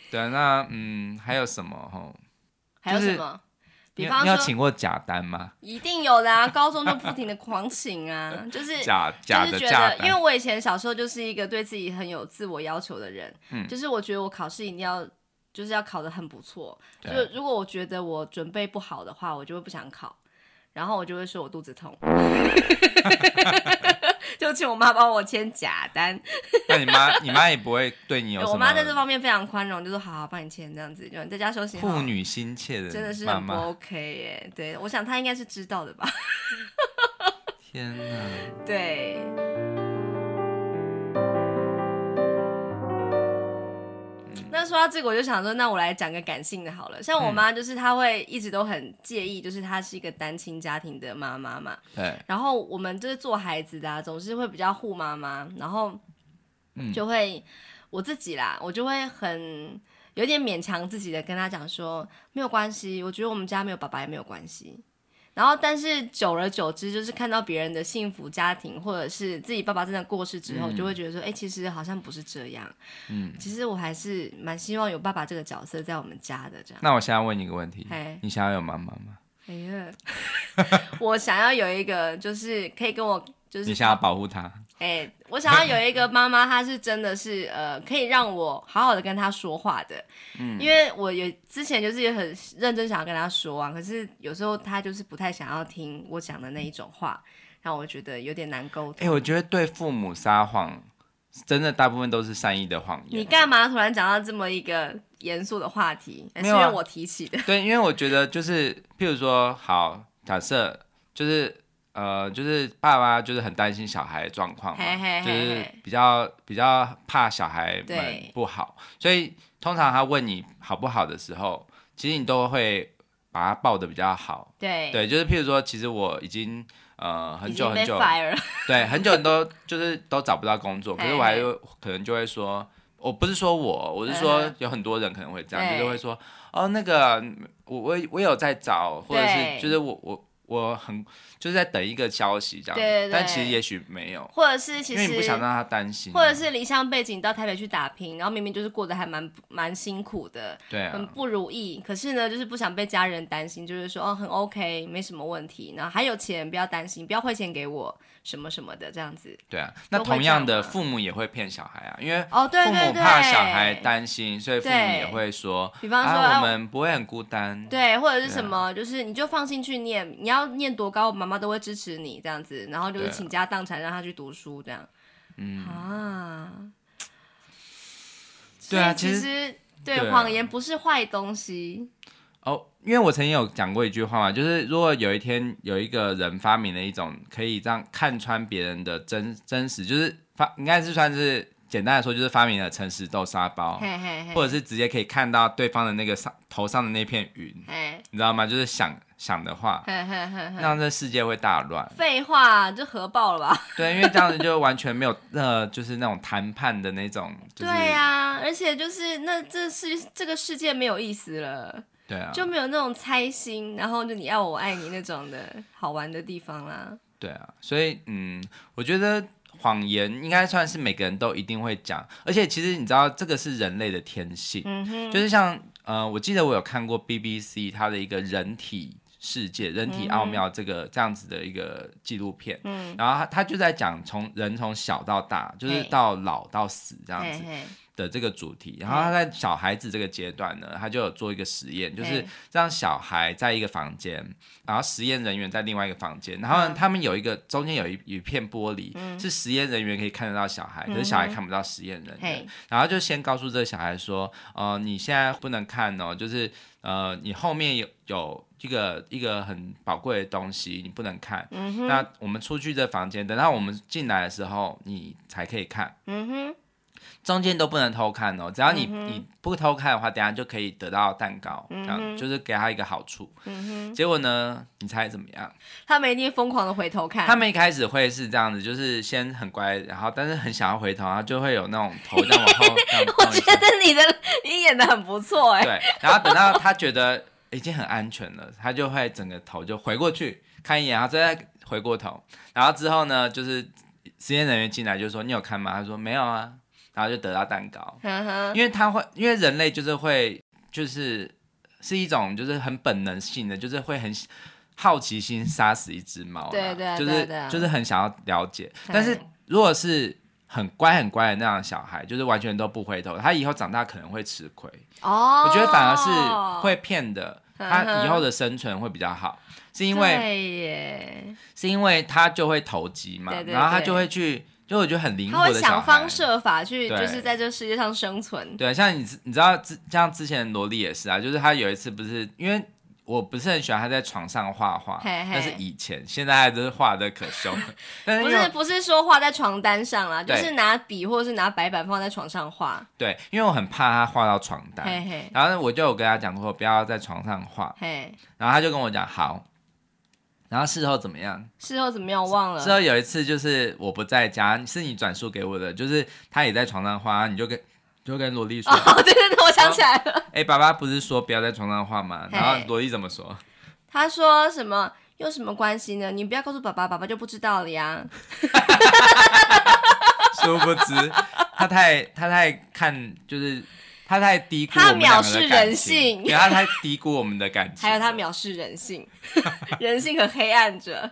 Speaker 2: 对啊，那嗯，还有什么？吼，
Speaker 1: 还有
Speaker 2: 就是
Speaker 1: 什么？
Speaker 2: 你
Speaker 1: 比方
Speaker 2: 你有
Speaker 1: 说，
Speaker 2: 请过假单吗？
Speaker 1: 一定有的啊， [LAUGHS] 高中就不停的狂请啊，就是
Speaker 2: 假假
Speaker 1: 就
Speaker 2: 的
Speaker 1: 是觉
Speaker 2: 假
Speaker 1: 得，因为
Speaker 2: 单，
Speaker 1: 我以前小时候就是一个对自己很有自我要求的人，
Speaker 2: 嗯
Speaker 1: 就是我觉得我考试一定要就是要考得很不错，就
Speaker 2: 对
Speaker 1: 是如果我觉得我准备不好的话，我就会不想考，然后我就会说我肚子
Speaker 2: [LAUGHS]
Speaker 1: 痛， [LAUGHS] 就请我妈帮我签假单，
Speaker 2: 那你妈你妈也不会
Speaker 1: [LAUGHS]
Speaker 2: 对你有什么？
Speaker 1: 我妈在这方面非常宽容，就说好好帮你签这样子，就你在家休息好
Speaker 2: 妇女心切的
Speaker 1: 真的是
Speaker 2: 妈
Speaker 1: 很不
Speaker 2: 妈，
Speaker 1: OK 耶，对我想她应该是知道的吧，
Speaker 2: 天哪！
Speaker 1: 对。那说到这个，我就想说，那我来讲个感性的好了。像我妈，就是她会一直都很介意，就是她是一个单亲家庭的妈妈嘛。
Speaker 2: 对，
Speaker 1: 然后我们就是做孩子的、啊，总是会比较护妈妈，然后
Speaker 2: 嗯
Speaker 1: 就会、我自己啦，我就会很有点勉强自己的跟他讲说没有关系，我觉得我们家没有爸爸也没有关系。然后，但是久而久之，就是看到别人的幸福家庭，或者是自己爸爸真的过世之后，
Speaker 2: 嗯
Speaker 1: 就会觉得说，哎、其实好像不是这样。
Speaker 2: 嗯，
Speaker 1: 其实我还是蛮希望有爸爸这个角色在我们家的，这
Speaker 2: [LAUGHS]
Speaker 1: 样。
Speaker 2: 那我现在问你一个问题
Speaker 1: 嘿，
Speaker 2: 你想要有妈妈吗？
Speaker 1: 哎呀，我想要有一个，就是可以跟我，就
Speaker 2: 你
Speaker 1: 是
Speaker 2: 想要保护她？
Speaker 1: 哎、我想要有一个妈妈，她是真的是呃，可以让我好好的跟她说话的。嗯，因为我有之前就是也很认真想要跟她说啊，可是有时候她就是不太想要听我讲的那一种话，让我觉得有点难沟
Speaker 2: 哎、
Speaker 1: 通。
Speaker 2: 我觉得对父母撒谎，真的大部分都是善意的谎
Speaker 1: 你
Speaker 2: 言。
Speaker 1: 干嘛突然讲到这么一个严肃的话题？还是因
Speaker 2: 没有啊
Speaker 1: 为我提起的。
Speaker 2: 对，因为我觉得就是，譬如说，好，假设就是呃，就是爸爸就是很担心小孩的状况嘛，
Speaker 1: 嘿嘿嘿
Speaker 2: 就是
Speaker 1: 嘿
Speaker 2: 比较比较怕小孩们
Speaker 1: 对
Speaker 2: 不好，所以通常他问你好不好的时候，其实你都会把他抱的比较好。
Speaker 1: 对，
Speaker 2: 对，就是譬如说，其实我已经呃很
Speaker 1: 已
Speaker 2: 久
Speaker 1: 经被
Speaker 2: 很久
Speaker 1: fire 了。
Speaker 2: 对，很久人都就是都找不到工作，可是我
Speaker 1: 哎
Speaker 2: 还有可能就会说，我不是说我，我是
Speaker 1: 嗯
Speaker 2: 说
Speaker 1: 哼
Speaker 2: 有很多人可能会这样，
Speaker 1: 对
Speaker 2: 就是会说，哦，那个我我我有在找，或者
Speaker 1: 对
Speaker 2: 是就是我我我很就是在等一个消息这样，
Speaker 1: 对对
Speaker 2: 但其实也许没有，
Speaker 1: 或者是其
Speaker 2: 因
Speaker 1: 实
Speaker 2: 为你不想让他担心啊，
Speaker 1: 或者是离乡背景到台北去打拼，然后明明就是过得还蛮蛮辛苦的，
Speaker 2: 对啊
Speaker 1: 很，不如意。可是呢，就是不想被家人担心，就是说哦很 OK，没什么问题，然后还有钱，不要担心，不要汇钱给我什么什么的这样子。
Speaker 2: 对啊，那
Speaker 1: 都会
Speaker 2: 同
Speaker 1: 这
Speaker 2: 样
Speaker 1: 样
Speaker 2: 的
Speaker 1: 吗
Speaker 2: 父母也会骗小孩啊，因为。
Speaker 1: 哦，对
Speaker 2: 父
Speaker 1: 对
Speaker 2: 母
Speaker 1: 对，
Speaker 2: 怕小孩担心，所以父母
Speaker 1: 对
Speaker 2: 也会说：“
Speaker 1: 比方说
Speaker 2: 啊，
Speaker 1: 啊
Speaker 2: 我们啊不会很孤单。”
Speaker 1: 对，或者是什么，就是你就放心去念，你要念多高，妈妈都会支持你这样子。然后就是
Speaker 2: 对啊
Speaker 1: 倾家荡产让他去读书这样。嗯啊，
Speaker 2: 对
Speaker 1: 所
Speaker 2: 啊
Speaker 1: 以
Speaker 2: 其
Speaker 1: 其
Speaker 2: 实
Speaker 1: 实对
Speaker 2: 对啊
Speaker 1: 谎言不是坏东西，
Speaker 2: 哦，因为我曾经有讲过一句话嘛，就是如果有一天有一个人发明了一种可以让看穿别人的真真实，就是发应该是算是简单来说，就是发明了诚实豆沙包，
Speaker 1: 嘿嘿嘿，
Speaker 2: 哦或者是直接可以看到对方的那个上头上的那片云，
Speaker 1: 嘿
Speaker 2: 你知道吗？就是想想的话，
Speaker 1: 嘿嘿嘿嘿。
Speaker 2: 让这世界会大乱。
Speaker 1: 废话，就核爆了吧？
Speaker 2: 对，因为这样子就完全没有呃，就是那种谈判的那种， [LAUGHS] 就是
Speaker 1: 对啊呀、而且就是那这世这个世界没有意思了，
Speaker 2: 对啊，
Speaker 1: 就没有那种猜心，然后就你爱我我爱你那种的好玩的地方啦。
Speaker 2: 对啊，所以嗯，我觉得谎言应该算是每个人都一定会讲，而且其实你知道这个是人类的天性，
Speaker 1: 嗯哼，
Speaker 2: 就是像呃，我记得我有看过 BBC 它的一个人体世界、人体奥妙这个、这样子的一个纪录片，
Speaker 1: 嗯
Speaker 2: 然后他他就在讲从人从小到大，就是
Speaker 1: 嘿
Speaker 2: 到老到死这样
Speaker 1: 嘿
Speaker 2: 子
Speaker 1: 嘿，
Speaker 2: 的这个主题。
Speaker 1: 嗯
Speaker 2: 然后他在小孩子这个阶段呢，他就有做一个实验，就是
Speaker 1: 嘿
Speaker 2: 让小孩在一个房间，然后实验人员在另外一个房间，然后
Speaker 1: 嗯
Speaker 2: 他们有一个中间有一有一片玻璃，是实验人员可以看得到小孩，可是小孩
Speaker 1: 嗯哼
Speaker 2: 看不到实验人员
Speaker 1: 嘿。
Speaker 2: 然后就先告诉这个小孩说，呃，你现在不能看哦，就是呃，你后面有有。一个一个很宝贵的东西，你不能看。
Speaker 1: 嗯哼，
Speaker 2: 那我们出去这房间，等到我们进来的时候，你才可以看。
Speaker 1: 嗯哼，
Speaker 2: 中间都不能偷看哦，只要你、
Speaker 1: 嗯哼
Speaker 2: 你不偷看的话，等一下就可以得到蛋糕，这样、
Speaker 1: 嗯哼
Speaker 2: 就是给他一个好处。
Speaker 1: 嗯
Speaker 2: 结果呢，你猜怎么样？
Speaker 1: 哼，他们一定疯狂的回头看，
Speaker 2: 他们一开始会是这样子，就是先很乖，然后但是很想要回头，然后就会有那种头这样往后这样
Speaker 1: [LAUGHS] [LAUGHS] 我
Speaker 2: 动一
Speaker 1: 觉
Speaker 2: 下，
Speaker 1: 得你的你演的很不错哎、
Speaker 2: 对，然后等到他觉得已经很安全了，他就会整个头就回过去看一眼，然后再回过头，然后之后呢，就是实验人员进来就说你有看吗？他说没有啊，然后就得到蛋糕。
Speaker 1: 嗯哼，
Speaker 2: 因为他会，因为人类就是会，就是是一种就是很本能性的，就是会很好奇心杀死一只猫啦，
Speaker 1: 对对
Speaker 2: 就
Speaker 1: 对
Speaker 2: 是
Speaker 1: 对
Speaker 2: 就是很想要了解。但是如果是很乖很乖的那样的小孩，就是完全都不回头，他以后长大可能会吃亏。
Speaker 1: 哦，
Speaker 2: 我觉得反而是会骗的，他以后
Speaker 1: 的，
Speaker 2: 的生存会比较好，是因
Speaker 1: 因
Speaker 2: 为
Speaker 1: 嗯对耶，
Speaker 2: 是因为他就会投机嘛，
Speaker 1: 对对
Speaker 2: 然后他
Speaker 1: 对
Speaker 2: 就会去，就我觉得很灵
Speaker 1: 他
Speaker 2: 活
Speaker 1: 会
Speaker 2: 的小
Speaker 1: 想
Speaker 2: 孩
Speaker 1: 方。设法去，
Speaker 2: 对
Speaker 1: 就是在这世界上生存。
Speaker 2: 对，像你知你知道之像之前萝莉也是啊，就是她有一次不是因为我不是很喜欢她在床上画画，
Speaker 1: 嘿嘿
Speaker 2: 那是以前，现在就是画的可
Speaker 1: [LAUGHS]
Speaker 2: 凶了。但
Speaker 1: 不
Speaker 2: 是因
Speaker 1: 是
Speaker 2: 为
Speaker 1: 不是说画在床单上啦，就
Speaker 2: 对
Speaker 1: 是拿笔或者是拿白板放在床上画。
Speaker 2: 对，因为我很怕她画到床
Speaker 1: 嘿
Speaker 2: 单，
Speaker 1: 嘿
Speaker 2: 然后呢我就有跟她讲过不要在床上画，
Speaker 1: 嘿，
Speaker 2: 然后她就跟我讲好。然后事后怎么样？
Speaker 1: 事后怎么样我忘
Speaker 2: 事
Speaker 1: [LAUGHS] 了？哦
Speaker 2: 后有一次就是我不在家，是你转述给我的，就是她也在床上画，你就跟就跟萝莉说，
Speaker 1: 哦，对对对，我想起来了，
Speaker 2: 哎、爸爸不是说不要在床上画吗？然后萝莉怎么说？
Speaker 1: 他说什么？有什么关系呢？你不要告诉爸爸，爸爸就不知道了
Speaker 2: [LAUGHS]
Speaker 1: 呀。
Speaker 2: 殊不知他太他太看就是他太低估
Speaker 1: 他
Speaker 2: 我们两个
Speaker 1: 藐视
Speaker 2: 的感
Speaker 1: 人
Speaker 2: 情
Speaker 1: 性
Speaker 2: 对，他太低估我们的感情，
Speaker 1: 还有他藐视人性， [LAUGHS] 人性很黑暗着。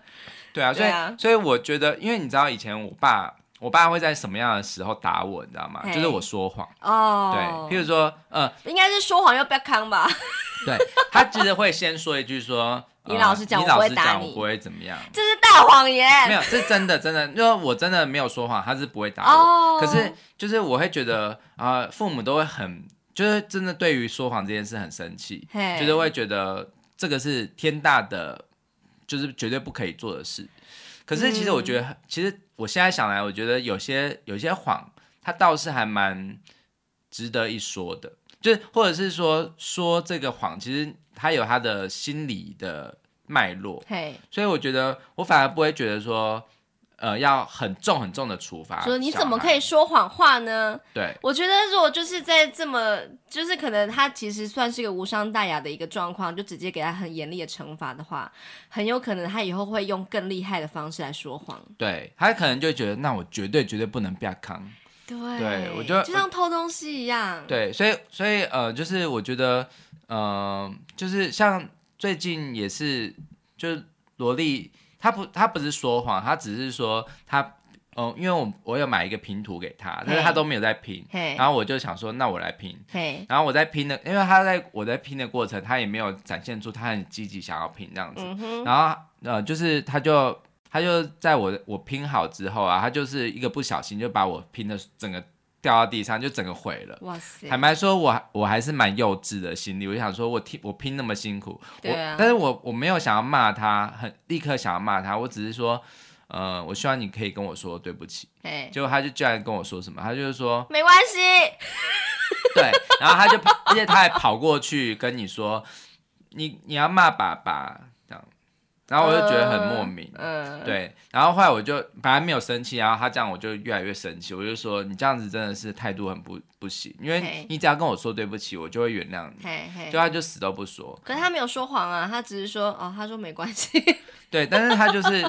Speaker 2: 对啊，所以
Speaker 1: 对啊
Speaker 2: 所以我觉得，因为你知道以前我爸，我爸会在什么样的时候打我，你知道吗？
Speaker 1: 嘿
Speaker 2: 就是我说谎，对，
Speaker 1: 哦，
Speaker 2: 譬如说，呃，
Speaker 1: 应该是说谎要不要康吧？ [LAUGHS]
Speaker 2: 对他其实会先说一句说，呃
Speaker 1: 你老实讲
Speaker 2: 你
Speaker 1: 我不
Speaker 2: 老
Speaker 1: 会
Speaker 2: 实
Speaker 1: 打
Speaker 2: 讲，
Speaker 1: 你
Speaker 2: 我不会怎么样。
Speaker 1: 这是大谎
Speaker 2: 没
Speaker 1: 言。
Speaker 2: 有，是真的，真的，因为我真的没有说谎，他是不会打我。
Speaker 1: 哦，
Speaker 2: 可是就是我会觉得啊、呃父母都会很，就是真的对于说谎这件事很生气，
Speaker 1: 嘿
Speaker 2: 就是会觉得这个是天大的，就是绝对不可以做的事。可是其实我觉得，
Speaker 1: 嗯
Speaker 2: 其实我现在想来，我觉得有些有些谎，它倒是还蛮值得一说的，就是或者是说说这个谎，其实它有它的心理的脉络。
Speaker 1: 嘿，
Speaker 2: 所以我觉得，我反而不会觉得说，呃，要很重很重的处罚。
Speaker 1: 说你怎么可
Speaker 2: 以？
Speaker 1: 以说谎话呢？
Speaker 2: 对，
Speaker 1: 我觉得如果就是在这么，就是可能他其实算是个无伤大雅的一个状况，就直接给他很严厉的惩罚的话，很有可能他以后会用更厉害的方式来说谎。
Speaker 2: 对他可能就觉得，那我绝对绝对不能不要扛。
Speaker 1: 对，
Speaker 2: 对我觉得
Speaker 1: 就像偷东西一样。，
Speaker 2: 对，所以所以呃，就是我觉得，呃，就是像最近也是，就是萝莉，她不她不是说谎，她只是说她，嗯、因为我我有买一个拼图给她，但是她
Speaker 1: 嘿
Speaker 2: 都没有在拼，
Speaker 1: 嘿
Speaker 2: 然，后我就想说，那我来拼。
Speaker 1: 嘿，
Speaker 2: 然后我在拼的，因为她在我在拼的过程，她也没有展现出她很积极想要拼这样子，
Speaker 1: 嗯哼，
Speaker 2: 然后呃，就是他就他就在我我拼好之后啊，他就是一个不小心就把我拼的整个掉到地上，就整个毁了。
Speaker 1: 哇塞，
Speaker 2: 坦白说我，我还是蛮幼稚的心理，我就想说我拼我拼那么辛苦，
Speaker 1: 对啊
Speaker 2: 我但是我我没有想要骂他，很立刻想要骂他，我只是说，呃，我希望你可以跟我说对不起。
Speaker 1: 嘿，
Speaker 2: 结果他就居然跟我说什么，他就是说
Speaker 1: 没关系，
Speaker 2: [LAUGHS] 对，然后他就跑而且他还跑过去跟你说，你你要骂爸爸这样，然后我就觉得很莫名，
Speaker 1: 嗯，嗯，
Speaker 2: 对，然后后来我就本来没有生气，然后他这样我就越来越生气，我就说你这样子真的是态度很不不行，因为
Speaker 1: 嘿
Speaker 2: 你只要跟我说对不起，我就会原谅你。
Speaker 1: 嘿嘿，
Speaker 2: 就他就死都不说，
Speaker 1: 可是他没有说谎啊，他只是说哦，他说没关系，
Speaker 2: 对，但是他就是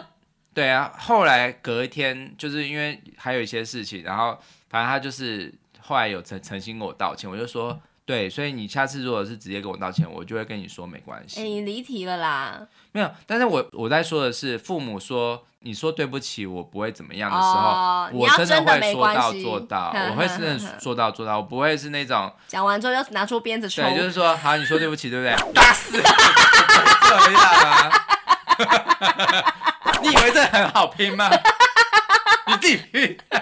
Speaker 2: 对啊。后来隔一天，就是因为还有一些事情，然后反正他就是后来有诚诚心跟我道歉，我就说对，所以你下次如果是直接跟我道歉，我就会跟你说没关
Speaker 1: [LAUGHS] 哎、
Speaker 2: 系。
Speaker 1: 你离题了啦。
Speaker 2: 没有，但是我我在说的是，父母说你说对不起，我不会怎么样的时候，
Speaker 1: 哦你
Speaker 2: 我
Speaker 1: 要
Speaker 2: 真
Speaker 1: 真的
Speaker 2: 会
Speaker 1: 没
Speaker 2: 说到
Speaker 1: 关系
Speaker 2: 做到，
Speaker 1: 呵呵
Speaker 2: 我会
Speaker 1: [LAUGHS]
Speaker 2: 真的
Speaker 1: 呵呵
Speaker 2: 说到做到，我不会是那种
Speaker 1: 讲完之后要拿出鞭子抽，
Speaker 2: 对，就是说好，你说对不起，对不对？ [LAUGHS] 打死你，这样吗？啊 [LAUGHS] 你以为这很好拼吗？ [LAUGHS] 你自己拼， [LAUGHS]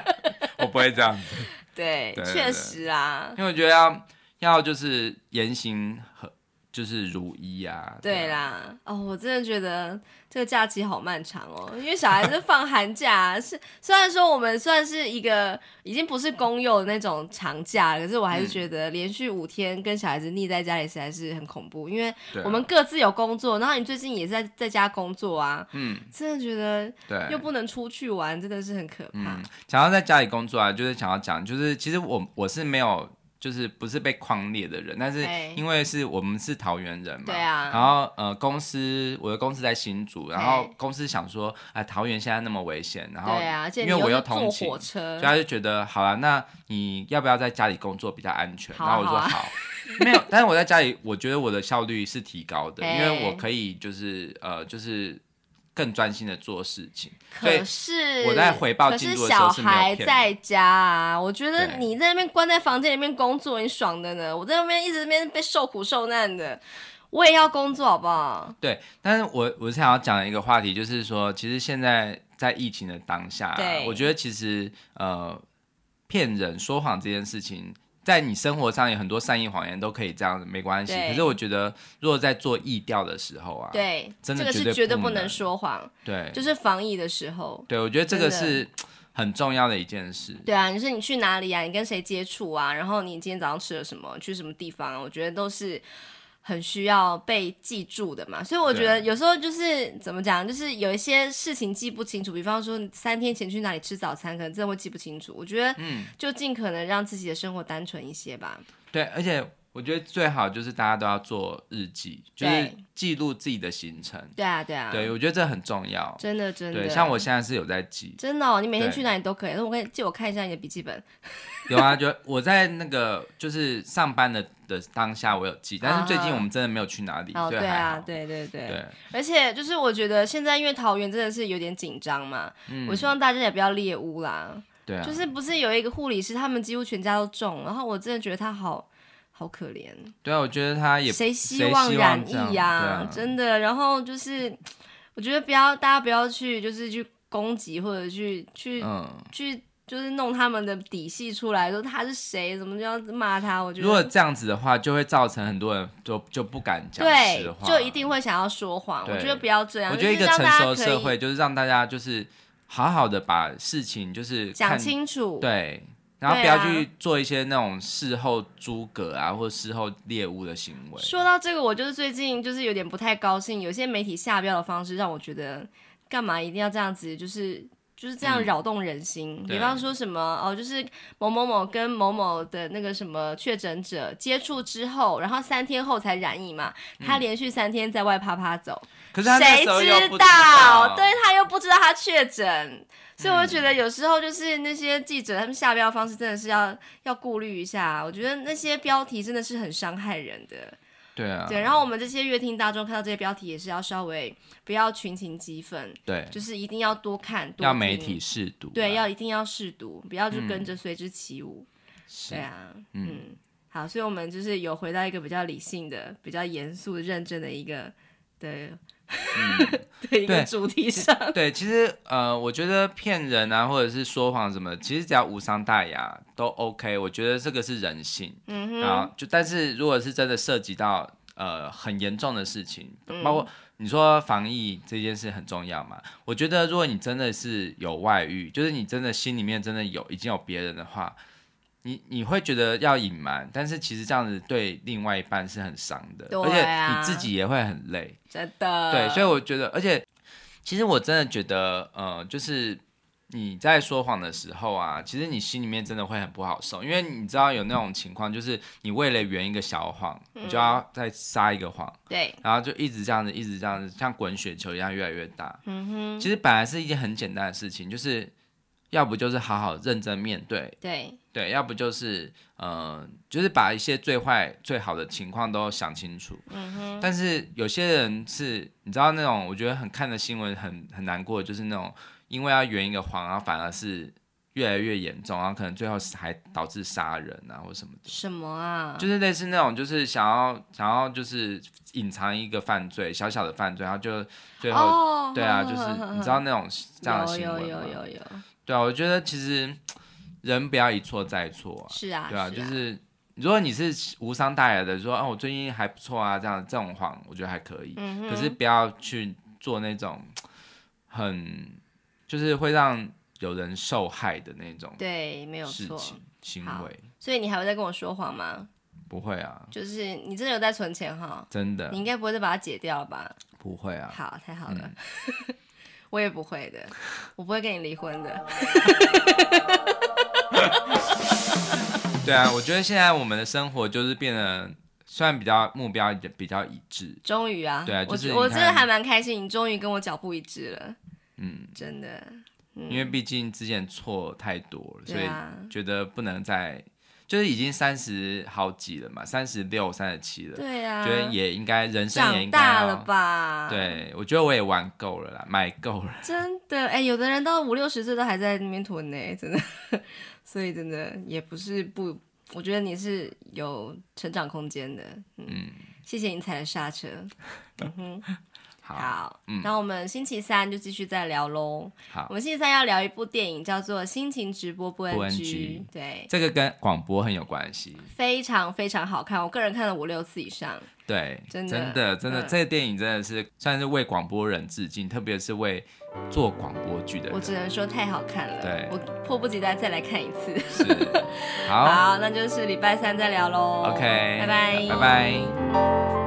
Speaker 2: 我不会这样子，
Speaker 1: 对
Speaker 2: 对对
Speaker 1: 确实啊，
Speaker 2: 因为我觉得要要就是言行和就是如一啊，
Speaker 1: 对啦。哦，我真的觉得这个假期好漫长哦，因为小孩子放寒假啊 [LAUGHS] 是虽然说我们算是一个已经不是公幼的那种长假，可是我还是
Speaker 2: 嗯
Speaker 1: 觉得连续五天跟小孩子腻在家里实在是很恐怖，因为
Speaker 2: 对啊，
Speaker 1: 我们各自有工作，然后你最近也在在家工作啊，
Speaker 2: 嗯
Speaker 1: 真的觉得
Speaker 2: 对，
Speaker 1: 又不能出去玩，真的是很可怕
Speaker 2: 哎嗯。，想要在家里工作啊，就是想要讲，就是其实我我是没有，就是不是被框列的人，但是
Speaker 1: 哎
Speaker 2: 因为是我们是桃园人嘛，
Speaker 1: 对啊
Speaker 2: 然后呃公司我的公司在新竹，然后
Speaker 1: 哎
Speaker 2: 公司想说啊、桃园现在那么危险，然后
Speaker 1: 对啊，而且
Speaker 2: 因
Speaker 1: 你
Speaker 2: 为我
Speaker 1: 又
Speaker 2: 又
Speaker 1: 是
Speaker 2: 通
Speaker 1: 坐
Speaker 2: 勤
Speaker 1: 火。车
Speaker 2: 所以，他就觉得好啊，那你要不要在家里工作比较安全？
Speaker 1: 好啊
Speaker 2: 然后我说
Speaker 1: 好啊
Speaker 2: 好，没有。但是我在家里，我觉得我的效率是提高的，因为
Speaker 1: 哎
Speaker 2: 我可以就是呃，就是更专心的做事情。所以
Speaker 1: 可是
Speaker 2: 我在回报进度的时候
Speaker 1: 可
Speaker 2: 是
Speaker 1: 是
Speaker 2: 没
Speaker 1: 小
Speaker 2: 有
Speaker 1: 孩
Speaker 2: 骗的
Speaker 1: 在家啊，我觉
Speaker 2: 对
Speaker 1: 得你在那边关在房间里面工作，你爽的呢。我在那边一直在那边被受苦受难的，我也要工作好不好？
Speaker 2: 对，但是我我是想要讲的一个话题，就是说，其实现在在疫情的当下、啊
Speaker 1: 对，
Speaker 2: 我觉得其实呃，骗人说谎这件事情，在你生活上有很多善意谎言都可以这样子，没关系。
Speaker 1: 对
Speaker 2: 可是我觉得，如果在做意调的时候啊，
Speaker 1: 对，
Speaker 2: 真的
Speaker 1: 这个
Speaker 2: 绝对
Speaker 1: 是绝对
Speaker 2: 不
Speaker 1: 不能
Speaker 2: 能
Speaker 1: 说谎，
Speaker 2: 对
Speaker 1: 就是防疫的时候。
Speaker 2: 对，我觉得这个
Speaker 1: 真的
Speaker 2: 是很重要的一件事。
Speaker 1: 对啊，你是你去哪里啊？你跟谁接触啊？然后你今天早上吃了什么？去什么地方啊？我觉得都是很需要被记住的嘛，所以我觉得有时候就是怎么讲，就是有一些事情记不清楚，比方说你三天前去哪里吃早餐，可能真的会记不清楚。我觉得
Speaker 2: 嗯，
Speaker 1: 就尽可能让自己的生活单纯一些吧。
Speaker 2: 对，而且我觉得最好就是大家都要做日记，就是
Speaker 1: 对
Speaker 2: 记录自己的行程。
Speaker 1: 对啊，对啊，
Speaker 2: 对，我觉得这很重要。
Speaker 1: 真的真的。
Speaker 2: 对，像我现在是有在记，
Speaker 1: 真的、哦，你每天
Speaker 2: 对
Speaker 1: 去哪里都可以。那我可以借我看一下你的笔记本。
Speaker 2: [LAUGHS] 有啊，就我在那个就是上班的的当下我有记，但是最近
Speaker 1: 啊
Speaker 2: 我们真的没有去哪里，
Speaker 1: 哦，
Speaker 2: 所以
Speaker 1: 对
Speaker 2: 还好
Speaker 1: 啊，。对对对。
Speaker 2: 对，
Speaker 1: 而且就是我觉得现在因为桃园真的是有点紧张嘛，我希望大家也不要猎巫啦。
Speaker 2: 嗯对啊，
Speaker 1: 就是不是有一个护理师，他们几乎全家都中，然后我真的觉得他好好可怜，
Speaker 2: 对啊，我觉得他也
Speaker 1: 谁希
Speaker 2: 谁希望
Speaker 1: 染
Speaker 2: 这样
Speaker 1: 疫
Speaker 2: 对
Speaker 1: 呀、
Speaker 2: 啊
Speaker 1: 真的。然后就是我觉得不要大家不要去就是去攻击或者去去、
Speaker 2: 嗯，
Speaker 1: 去。就是弄他们的底细出来，说他是谁，怎么就要骂他？我觉得
Speaker 2: 如果这样子的话，就会造成很多人就就不敢讲
Speaker 1: 对
Speaker 2: 实话，，
Speaker 1: 就一。定会想要说谎。我
Speaker 2: 对
Speaker 1: 觉得不要这样，
Speaker 2: 我觉得一
Speaker 1: 就是
Speaker 2: 个
Speaker 1: 让
Speaker 2: 成
Speaker 1: 大家
Speaker 2: 熟的
Speaker 1: 可
Speaker 2: 社
Speaker 1: 以
Speaker 2: 会就是让大家就是好好的把事情就是
Speaker 1: 讲
Speaker 2: 看
Speaker 1: 清楚，
Speaker 2: 对，然后
Speaker 1: 对
Speaker 2: 不要
Speaker 1: 啊
Speaker 2: 去做一些那种事后诸葛啊，或事后猎物的行为。
Speaker 1: 说到这个，我就是最近就是有点不太高兴，有些媒体下标的方式让我觉得，干嘛一定要这样子，就是。就是这样
Speaker 2: 嗯
Speaker 1: 扰动人心，
Speaker 2: 对
Speaker 1: 比方说什么哦，就是某某某跟某某的那个什么确诊者接触之后，然后三天后才染疫嘛，他连续三天在外啪啪走，
Speaker 2: 嗯可是他那
Speaker 1: 谁
Speaker 2: 时候又
Speaker 1: 知
Speaker 2: 不
Speaker 1: 道？对他又不知道他确诊，所以我就觉得
Speaker 2: 嗯
Speaker 1: 有时候就是那些记者他们下标方式真的是要要顾虑一下，啊我觉得那些标题真的是很伤害人的。
Speaker 2: 对啊，
Speaker 1: 对，然后我们这些乐听大众看到这些标题也是要稍微不要群情激愤，
Speaker 2: 对，
Speaker 1: 就是一定要多看多
Speaker 2: 要媒
Speaker 1: 听
Speaker 2: 体试读啊，
Speaker 1: 对，要一定要适度，不要就跟
Speaker 2: 嗯
Speaker 1: 着随之起舞。
Speaker 2: 是
Speaker 1: 对啊，
Speaker 2: 嗯
Speaker 1: 嗯，好，所以我们就是有回到一个比较理性的、比较严肃、认真的一个的 [LAUGHS] 的一个
Speaker 2: 嗯对
Speaker 1: 主题
Speaker 2: [LAUGHS]
Speaker 1: 上。
Speaker 2: 对，其实呃，我觉得骗人啊，或者是说谎什么的，其实只要无伤大雅都 OK。我觉得这个是人性，
Speaker 1: 嗯哼，
Speaker 2: 啊，就但是如果是真的涉及到呃很严重的事情，包括你说防疫这件事很重要嘛，我觉得如果你真的是有外遇，就是你真的心里面真的有已经有别人的话。你你会觉得要隐瞒，但是其实这样子对另外一半是很伤的，
Speaker 1: 对
Speaker 2: 而
Speaker 1: 啊
Speaker 2: 且你自己也会很累。
Speaker 1: 真的。
Speaker 2: 对，所以
Speaker 1: 以
Speaker 2: 我觉得，而且其实我真的觉得，呃，就是你在说谎的时候啊，其实你心里面真的会很不好受，因为你知道有那种情况，就是你为了圆一个小谎，你就要再撒一个谎，
Speaker 1: 对，
Speaker 2: 然后就一直这样子，一直这样子，像滚雪球一样越来越大。
Speaker 1: 嗯哼，
Speaker 2: 其实本来是一件很简单的事情，就是要不就是好好认真面对，
Speaker 1: 对，
Speaker 2: 对，要不就是呃，就是把一些最坏、最好的情况都想清楚。
Speaker 1: 嗯哼，
Speaker 2: 但是有些人是，你知道那种，我觉得很看的新闻很很难过，就是那种因为要圆一个谎，然后反而是越来越严重，然后可能最后是还导致杀人啊或什么的，
Speaker 1: 什么啊？
Speaker 2: 就是类似那种，就是想要想要就是隐藏一个犯罪，小小的犯罪，然后就最后、
Speaker 1: 哦，
Speaker 2: 对啊，
Speaker 1: 呵
Speaker 2: 就
Speaker 1: 呵
Speaker 2: 是
Speaker 1: 呵呵
Speaker 2: 你知道那种这样的新
Speaker 1: 有
Speaker 2: 闻
Speaker 1: 有有
Speaker 2: 吗
Speaker 1: 有有，
Speaker 2: 对啊，我觉得其实人不要一错再错啊，
Speaker 1: 是啊，
Speaker 2: 对啊，
Speaker 1: 是
Speaker 2: 就是如果你是无伤大雅的说，哦，我最近还不错啊，这样这种谎我觉得还可以，
Speaker 1: 嗯哼，
Speaker 2: 可是不要去做那种很就是会让有人受害的那种
Speaker 1: 对，没有
Speaker 2: 事
Speaker 1: 错。
Speaker 2: 情行
Speaker 1: 好
Speaker 2: 为，
Speaker 1: 所以你还会再跟我说谎吗？
Speaker 2: 不会啊，
Speaker 1: 就是你真的有在存钱哈？
Speaker 2: 真的
Speaker 1: 你应该不会再把它解掉了吧？
Speaker 2: 不会啊，
Speaker 1: 好，太好了，我也不会的，我不会跟你离婚的。
Speaker 2: 对啊，我觉得现在我们的生活就是变得虽然比较目标也比较一致，
Speaker 1: 终于啊，
Speaker 2: 对啊就是
Speaker 1: 我我
Speaker 2: 你
Speaker 1: 真
Speaker 2: 看
Speaker 1: 的还蛮开心，你终于跟我脚步一致了，
Speaker 2: 嗯，
Speaker 1: 真的。嗯
Speaker 2: 因为毕竟之前错太多了，所
Speaker 1: 对
Speaker 2: 以
Speaker 1: 啊，
Speaker 2: 觉得不能再，就是已经三十好几了嘛，三十六、三十七了，
Speaker 1: 对啊，
Speaker 2: 觉得也应该人生也
Speaker 1: 长
Speaker 2: 应该要
Speaker 1: 大了？吧？，
Speaker 2: 对，我觉得我也玩够了啦， [LAUGHS] 买够了。
Speaker 1: 真的，哎，有的人到五六十岁都还在那边囤呢，真的， [LAUGHS] 所以真的也不是不，我觉得你是有成长空间的，嗯，
Speaker 2: 嗯
Speaker 1: 谢谢你踩了刹车，嗯哼。
Speaker 2: 好，
Speaker 1: 好，
Speaker 2: 嗯
Speaker 1: 那我们星期三就继续再聊喽。
Speaker 2: 好
Speaker 1: 我们星期三要聊一部电影，叫做《心情直播不 NG》，
Speaker 2: NG
Speaker 1: 对，
Speaker 2: 这个跟广播很有关系。
Speaker 1: 非常非常好看，我个人看了五六次以上。
Speaker 2: 对，
Speaker 1: 真的
Speaker 2: 真的，真的
Speaker 1: 嗯
Speaker 2: 这个电影真的是算是为广播人致敬，特别是为做广播剧的
Speaker 1: 我
Speaker 2: 人。
Speaker 1: 只能说太好看了，
Speaker 2: 对
Speaker 1: 我迫不及待再来看一次。
Speaker 2: 是，
Speaker 1: [LAUGHS]
Speaker 2: 好
Speaker 1: 好，那就是礼拜三再聊喽。
Speaker 2: ，OK，
Speaker 1: 拜拜，
Speaker 2: 拜拜。